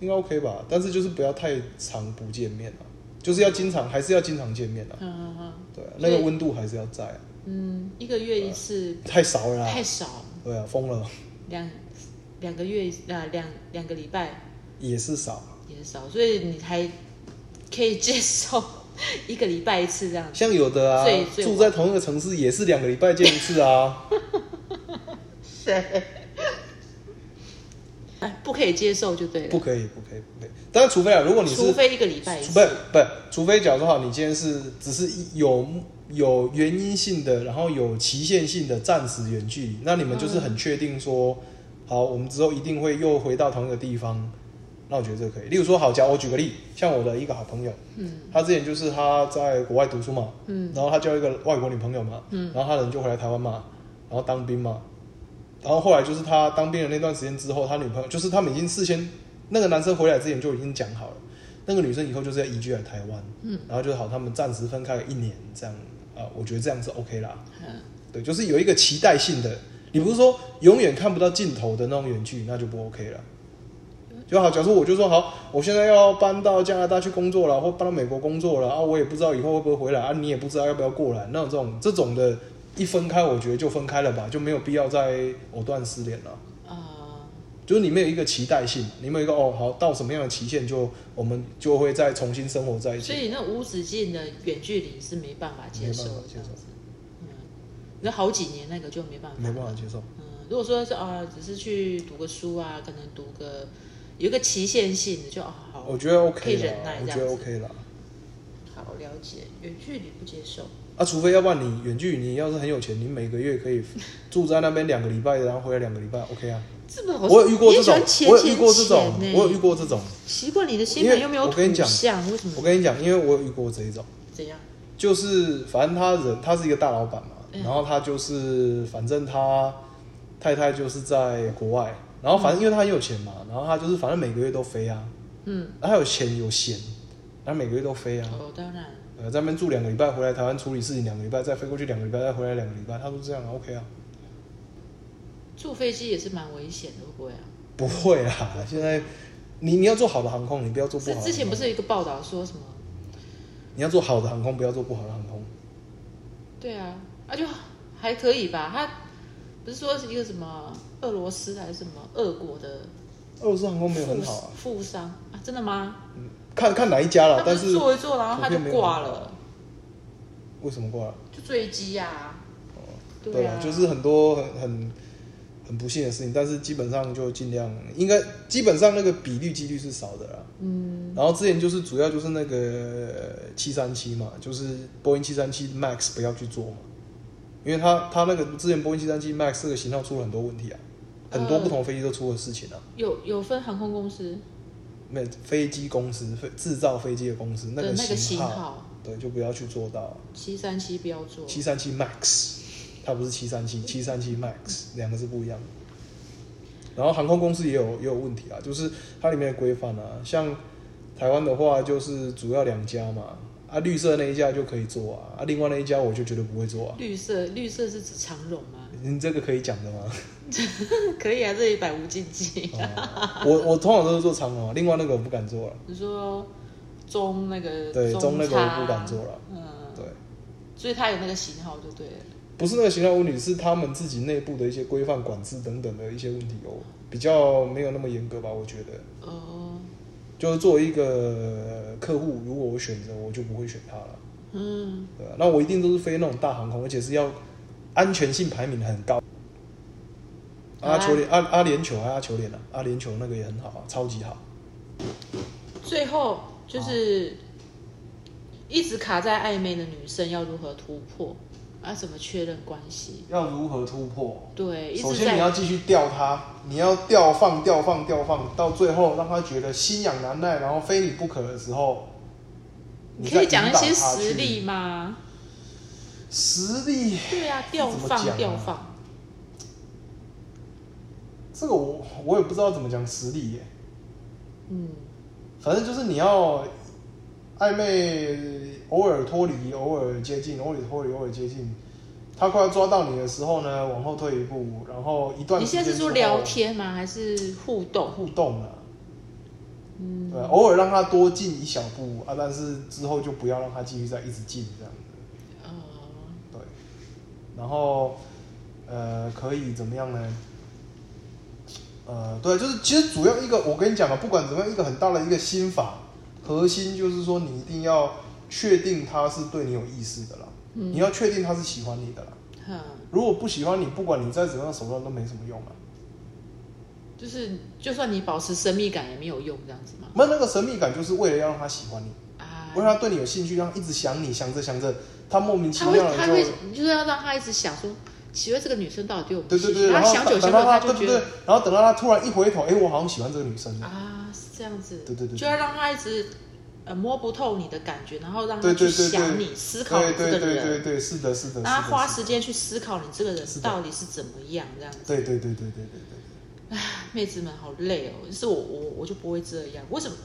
应该 OK 吧，但是就是不要太常不见面啊，就是要经常，还是要经常见面啊。
嗯嗯
对啊，
所
那
以
个温度还是要在啊。
嗯嗯，一个月一次
太少了啦
太，少，
对啊，疯了，
两两个月啊两两个礼拜
也是少。
也少，所以你还可以接受一个礼拜一次这样子。
像有的啊
最，最晚
住在同一个城市也是两个礼拜见一 次啊，
谁？哎，不可以接受就对了，
不可以，不可以，不可以。当然，除非啊，如果你是
除非一个礼拜一
除
次。
不不，除非假如说好，你今天是只是一有有原因性的，然后有期限性的暂时远距离，那你们就是很确定说，好，我们之后一定会又回到同一个地方。那我觉得这个可以。例如说，好，假如我举个例，像我的一个好朋友，
嗯
他之前就是他在国外读书嘛，
嗯
然后他交一个外国女朋友嘛，
嗯
然后他人就回来台湾嘛，然后当兵嘛，然后后来就是他当兵的那段时间之后，他女朋友就是他们已经事先那个男生回来之前就已经讲好了，那个女生以后就是要移居来台湾，
嗯
然后就好他们暂时分开了一年这样，啊、我觉得这样是 OK 啦，
嗯，
对，就是有一个期待性的，你不是说永远看不到尽头的那种远距，那就不 OK 了。就好，假如我就说好，我现在要搬到加拿大去工作了，或搬到美国工作了啊，我也不知道以后会不会回来啊，你也不知道要不要过来，那种这种的，一分开我觉得就分开了吧，就没有必要再藕断丝连了。
啊、
就是你没有一个期待性，你没有一个哦，好到什么样的期限就我们就会再重新生活在一
所
起。
以那无止境的远距离是没办法接受
没办
的
法，接
这样
受
子。嗯，那好几年那个就没办法，
没办法接受。
嗯，如果说是啊，只是去读个书啊，可能读个有一个期限性的，就啊好，
我觉得
可以
OK 啦
忍耐，这
我
样
觉
子
得 OK 啦。
好了解，远距离不接受，
啊，除非要不然你远距离，你要是很有钱，你每个月可以住在那边两个礼拜，然后回来两个礼拜，OK 啊。
这么好
我有遇过
你也
这
喜
种
欢，钱
我有遇
钱
过这种
钱，呢
我有遇过这种。
欸习惯你的新
因
朋
为
友没有
我跟你
土
讲
象，为什么
我跟你讲，因为我有遇过这一种，
怎样？
就是反正他人他是一个大老板嘛，
嗯
然后他就是反正他太太就是在国外，然后反正因为他很有钱嘛，然后他就是反正每个月都飞啊，
嗯，
然后他有钱有闲，然后每个月都飞啊，
哦，当然，
呃，在那边住两个礼拜，回来台湾处理事情两个礼拜，再飞过去两个礼拜，再回来两个礼拜，他说这样啊 OK 啊，
坐飞机也是蛮危险的，会不会啊？
不会啦，现在你你要做好的航空，你不要做不
是
好的。
之前不是有一个报道说什么？
你要做好的航空，不要做不好的航空。
对啊，啊就还可以吧。他不是说是一个什么俄罗斯还是什么俄国的
俄罗斯航空没有
富
很好啊，
富商啊？真的吗？
嗯看看哪一家啦
他，不
但
是
是
做一做，然后他就挂了，
为什么挂了？
就坠机呀。
哦，
对啊
啊，就是很多很很很不幸的事情，但是基本上就尽量应该基本上那个比率几率是少的啦。
嗯，
然后之前就是主要就是那个七三七嘛，就是波音七三七 MAX 不要去做嘛，因为它它那个之前波音七三七 MAX 这个型号出了很多问题啊，很
嗯
多不同飞机都出了事情啊。
有有分航空公司
那飞机公司、飞制造飞机的公司那
的
个
那个型
型号，
号
对，就不要去做到啊。
七三七不要做，
七三七 MAX，它不是七三
嗯
七，七三七 MAX 两个是不一样的。然后航空公司也有也有问题啊，就是它里面的规范啊，像台湾的话就是主要两家嘛，啊绿色那一家就可以做啊，啊另外那一家我就绝对不会做啊。
绿色绿色是指长绒吗？
你这个可以讲的吗？
可以啊，这里百无禁忌。
哦我我通常都是做长龙啊，另外那个我不敢做了。
你说中那个
对中那个
差
我不敢做了
嗯，
对，
所以他有那个型号就对了。
不是那个形象问题，是他们自己内部的一些规范、管制等等的一些问题哦，比较没有那么严格吧，我觉得。
哦，
就是作为一个客户，如果我选择，我就不会选它了，
嗯，
对啊吧？那我一定都是飞那种大航空，而且是要安全性排名很高。
好
阿
啊
球联阿阿联酋还是阿球联啊，阿联酋那个也很好啊，超级好。
最后就是一直卡在暧昧的女生要如何突破啊？怎么确认关系？
要如何突破？
对，一
首
直
先你
在
要继续吊他，你要吊放吊放吊放，到最后让他觉得心痒难耐，然后非你不可的时候，
你可
再
以讲一些
引导他去
实例。吗？
实力
对啊，吊
怎么讲
放
啊
吊放，
这个我我也不知道怎么讲实力耶，
嗯，
反正就是你要暧昧，偶尔脱离，偶尔接近，偶尔脱离，偶尔接近。他快要抓到你的时候呢，往后退一步，然后一段
你
时间
现在是
之后
说聊天吗？还是互动？
互动啊？
嗯，
对，偶尔让他多进一小步啊，但是之后就不要让他继续再一直进这样子。
哦，
对，然后呃，可以怎么样呢？呃，对，就是其实主要一个，我跟你讲啊，不管怎么样，一个很大的一个心法，核心就是说你一定要确定他是对你有意思的啦，
嗯
你要确定他是喜欢你的啦。
哼。
如果不喜欢你，不管你再怎么样手段都没什么用啊。
就是就算你保持神秘感也没有用，这样子吗？
那那个神秘感就是为了要让他喜欢你，
啊，
为了他对你有兴趣，让他一直想你，想着想着，他莫名其
他
妙
会
的
他
就
会，你就是要让他一直想说，奇怪这个女生到底对我们
对
兴
对
趣
对，然
他
后
想久
等
想久
到
他
他
就
对不
觉
对
得？
然后等到他突然一回头，哎，我好像喜欢这个女生了。
啊是这样子，
对对对对
就要让他一直呃摸不透你的感觉，然后让他
对
去
对对
想
对，
你，思考
对
你这
对
个
对对
人，
对，是的，是的，是
让他，
的
花
是的
时间去思考你这个人
是的
到底是怎么样这样子。
对对对对对对对，
妹子们好累哦，就是我我我就不会这样，为什么？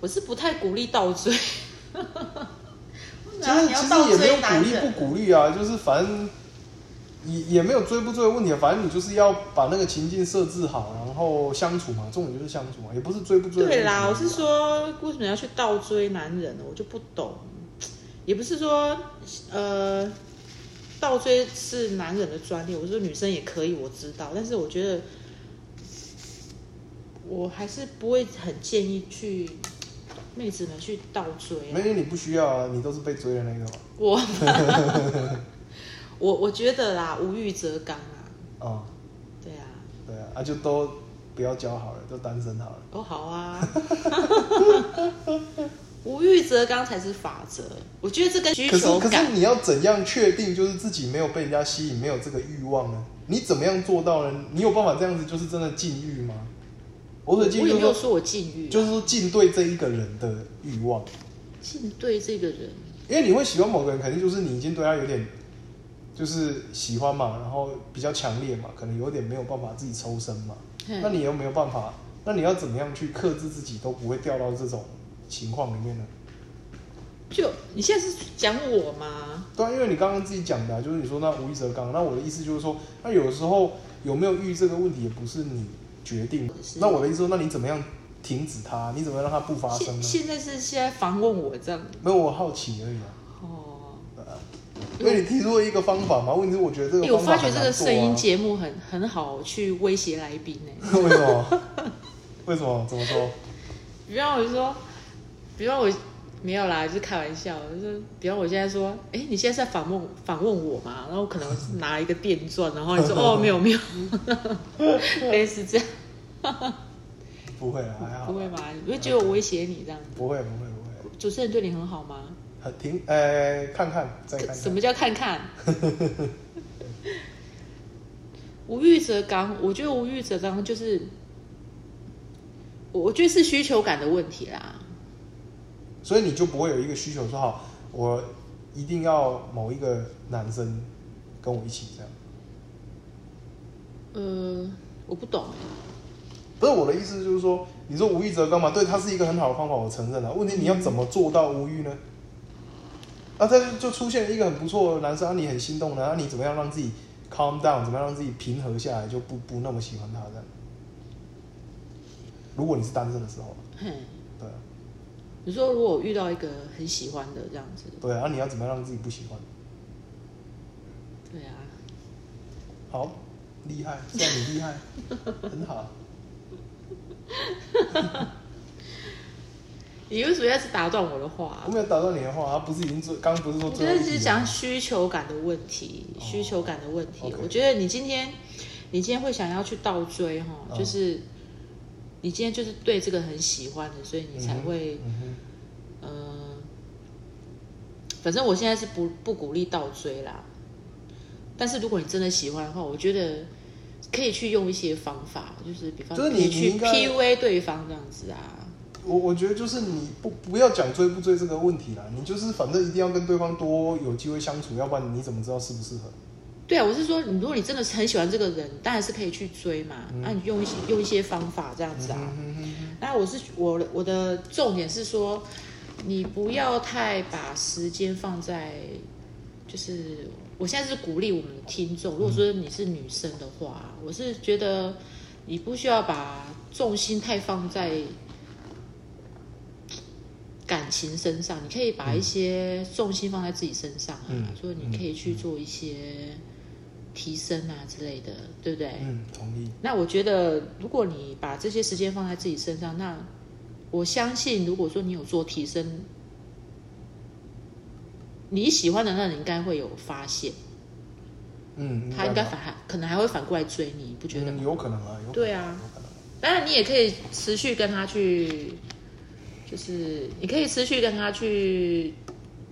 我是不太鼓励倒追。
其实
啊你要
其
倒
实也没有
追
鼓
男
励
人
不鼓励啊，就是反正也也没有追不追的问题，啊反正你就是要把那个情境设置好，然后相处嘛，重点就是相处嘛，也不是追不追的问
对
题
啦，
啊
我是说，为什么要去倒追男人呢？我就不懂。也不是说，呃，倒追是男人的专利，我说女生也可以，我知道。但是我觉得，我还是不会很建议去妹子们去倒追啊、
美女你不需要啊，你都是被追的那个嘛。
我我我觉得啦，无欲则刚啊，
啊、
对啊，
对啊，啊就都不要交好了，都单身好了。
哦好啊，无欲则刚才是法则。我觉得这跟需
可是
求
可是
感，
你要怎样确定就是自己没有被人家吸引，没有这个欲望呢？你怎么样做到呢？你有办法这样子就是真的禁欲吗？我所禁
我
欲
有没有
就是
说我禁欲、啊？
就是说禁对这一个人的欲望，
禁对这个人，
因为你会喜欢某个人，肯定就是你已经对他有点就是喜欢嘛，然后比较强烈嘛，可能有点没有办法自己抽身嘛。
嘿
那你又没有办法，那你要怎么样去克制自己都不会掉到这种情况里面呢？
就你现在是讲我吗？
对啊，因为你刚刚自己讲的啊、就是你说那无欲则刚，那我的意思就是说，那有时候有没有遇这个问题也不是你决定的
是。
那我的意思说，那你怎么样停止它？你怎么样让它不发生
现
呢？
现在是现在访问我这样
没有，我好奇而已啊。
哦。
对啊因为你提出了一个方法嘛，问题是我觉得这
哎、
个
我
方法
发觉
很
这个
难做
声音
啊。
节目很很好去威胁来宾呢、
为什么？为什么？怎么说？
比方我就说，比方我没有啦，就是开玩笑，就是比方我现在说，哎、你现在是在访问访问我嘛？然后我可能是拿一个电钻，然后 你说哦没有没有，类似这样，
不会啊，还好
不，会吧？你会觉得我威胁你这样？
不会，不会，不会。
主持人对你很好吗？
很停，呃，看看，再看
什
看。
么叫看看？ 无欲则刚，我觉得无欲则刚就是，我我觉得是需求感的问题啦。
所以你就不会有一个需求说好，我一定要某一个男生跟我一起这样。
呃，我不懂欸、
不是我的意思，就是说，你说无欲则刚嘛，对，它是一个很好的方法，我承认了。啊问题你要怎么做到无欲呢？啊，这就就出现一个很不错的男生，啊，你很心动的，啊，你怎么样让自己 calm down，怎么样让自己平和下来，就不不那么喜欢他这样。如果你是单身的时候，
嘿，
对啊，
你说如果我遇到一个很喜欢的这样子，
对啊，啊你要怎么样让自己不喜欢？
对啊，
好，厉害，算你厉害，很好。
你为什么要一直打断我的话
我？没有打断你的话，啊不是已经最刚不是说
我
最
觉
后一
得只
题
是
吗
讲需求感的问题，
哦
需求感的问题。
OK
我觉得你今天，你今天会想要去倒追哈，
嗯
就是你今天就是对这个很喜欢的，所以你才会，
嗯哼嗯
嗯、反正我现在是不不鼓励倒追啦。但是如果你真的喜欢的话，我觉得可以去用一些方法，就是比方
就是
可
你
以
你
去
应该
PUA 对方这样子啊。
哼我我觉得就是你不不要讲追不追这个问题啦，你就是反正一定要跟对方多有机会相处，要不然你怎么知道适不适合？
对啊，我是说，如果你真的是很喜欢这个人，当然是可以去追嘛。那、你用一些用一些方法这样子啊。
嗯哼哼
那我是我的我的重点是说，你不要太把时间放在，就是我现在是鼓励我们的听众，如果说
嗯
你是女生的话，我是觉得你不需要把重心太放在感情身上，你可以把一些重心放在自己身上啊，
嗯
所以你可以去做一些提升啊之类的，对不对？
嗯，同意。
那我觉得，如果你把这些时间放在自己身上，那我相信，如果说你有做提升，你喜欢的那人应该会有发现，
嗯，
他应该
吧
反还可能还会反过来追你，你不觉得
嗯
吗？
有可能啊，有可能
对啊
有可能。
当然，你也可以持续跟他去，就是你可以持续跟他去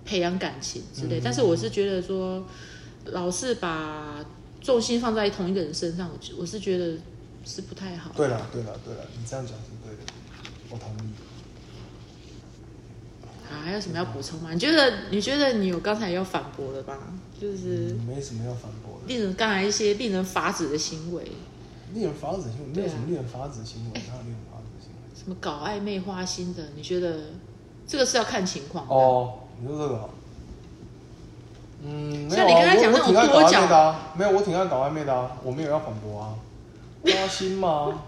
培养感情之类。
嗯
但是我是觉得说，老是把重心放在同一个人身上，我我是觉得是不太好。
对了，对了，对了，你这样讲是对的，我同意。
啊，还有什么要补充吗？你觉得你觉得你有刚才要反驳的吧？就是
嗯没什么要反驳的，
令人刚才一些令人发指的行为，
令人发指的行为没
对
有
啊
什么令人发指的行为，哪有令人发指的行为？
什么搞暧昧花心的，你觉得这个是要看情况的？
哦，你说这个、哦，嗯，没有、
像
啊、
你刚才讲
我
那种
我挺爱搞
多
暧
角
昧的啊，没有，我挺爱搞暧昧的啊，我没有要反驳啊，花心 嘛。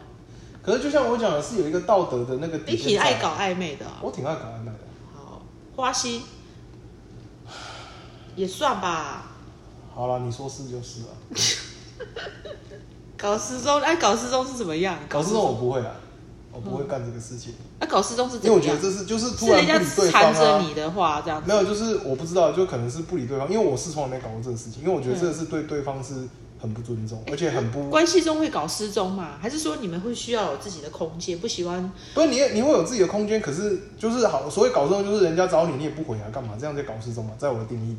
可是就像我讲的，是有一个道德的那个底
你
线。
挺爱搞，暧昧的哦、
我挺爱搞暧昧的。
好，花心也算吧，
好了，你说是就是了，
搞失踪，哎，搞失踪是怎么样？
搞这种我不会啊，我不会干这个事情，
那、搞失踪是
因为
怎
我
么
觉得
样？
这是就是突
是
然
人家
不理对方
缠着
啊
你。的话，这样
没
子
有，就是我不知道，就可能是不理对方，因为我是从来没搞过这个事情，因为我觉得
嗯
这是对对方是很不尊 重，而且很不
关系中会搞失踪嘛？还是说你们会需要有自己的空间，不喜欢
不是你，你会有自己的空间，可是就是好，所谓搞失踪就是人家找你，你也不回来啊干嘛？这样就搞失踪嘛，在我的定义。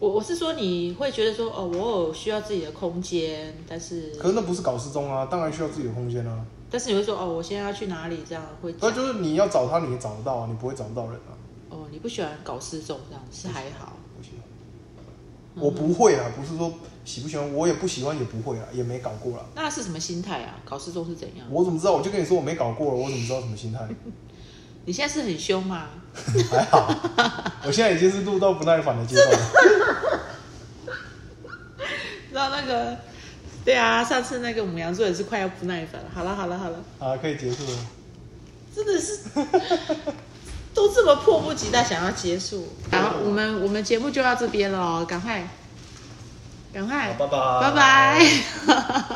我我是说，你会觉得说，哦，我有需要自己的空间，但是
可是那不是搞失踪啊，当然需要自己的空间啊。
但是你会说，哦，我现在要去哪里，这样会
那
讲
就是你要找他，你也找得到啊，你不会找不到人啊。
哦，你不喜欢搞失踪这样是还好，
不喜欢，我不会啊，不是说喜不喜欢，我也不喜欢，也不会啊，也没搞过啦。
那是什么心态啊？搞失踪是怎样？
我怎么知道？我就跟你说我没搞过了，我怎么知道什么心态？
你现在是很凶吗？
还好，我现在已经是录到不耐烦的阶段了。
那那个，对啊，上次那个母羊座也是快要不耐烦了。好了好了好了，
啊，可以结束了。
真的 是都这么迫不及待想要结束。好，我们我们节目就到这边了哦，赶快赶快，
好拜拜
拜拜。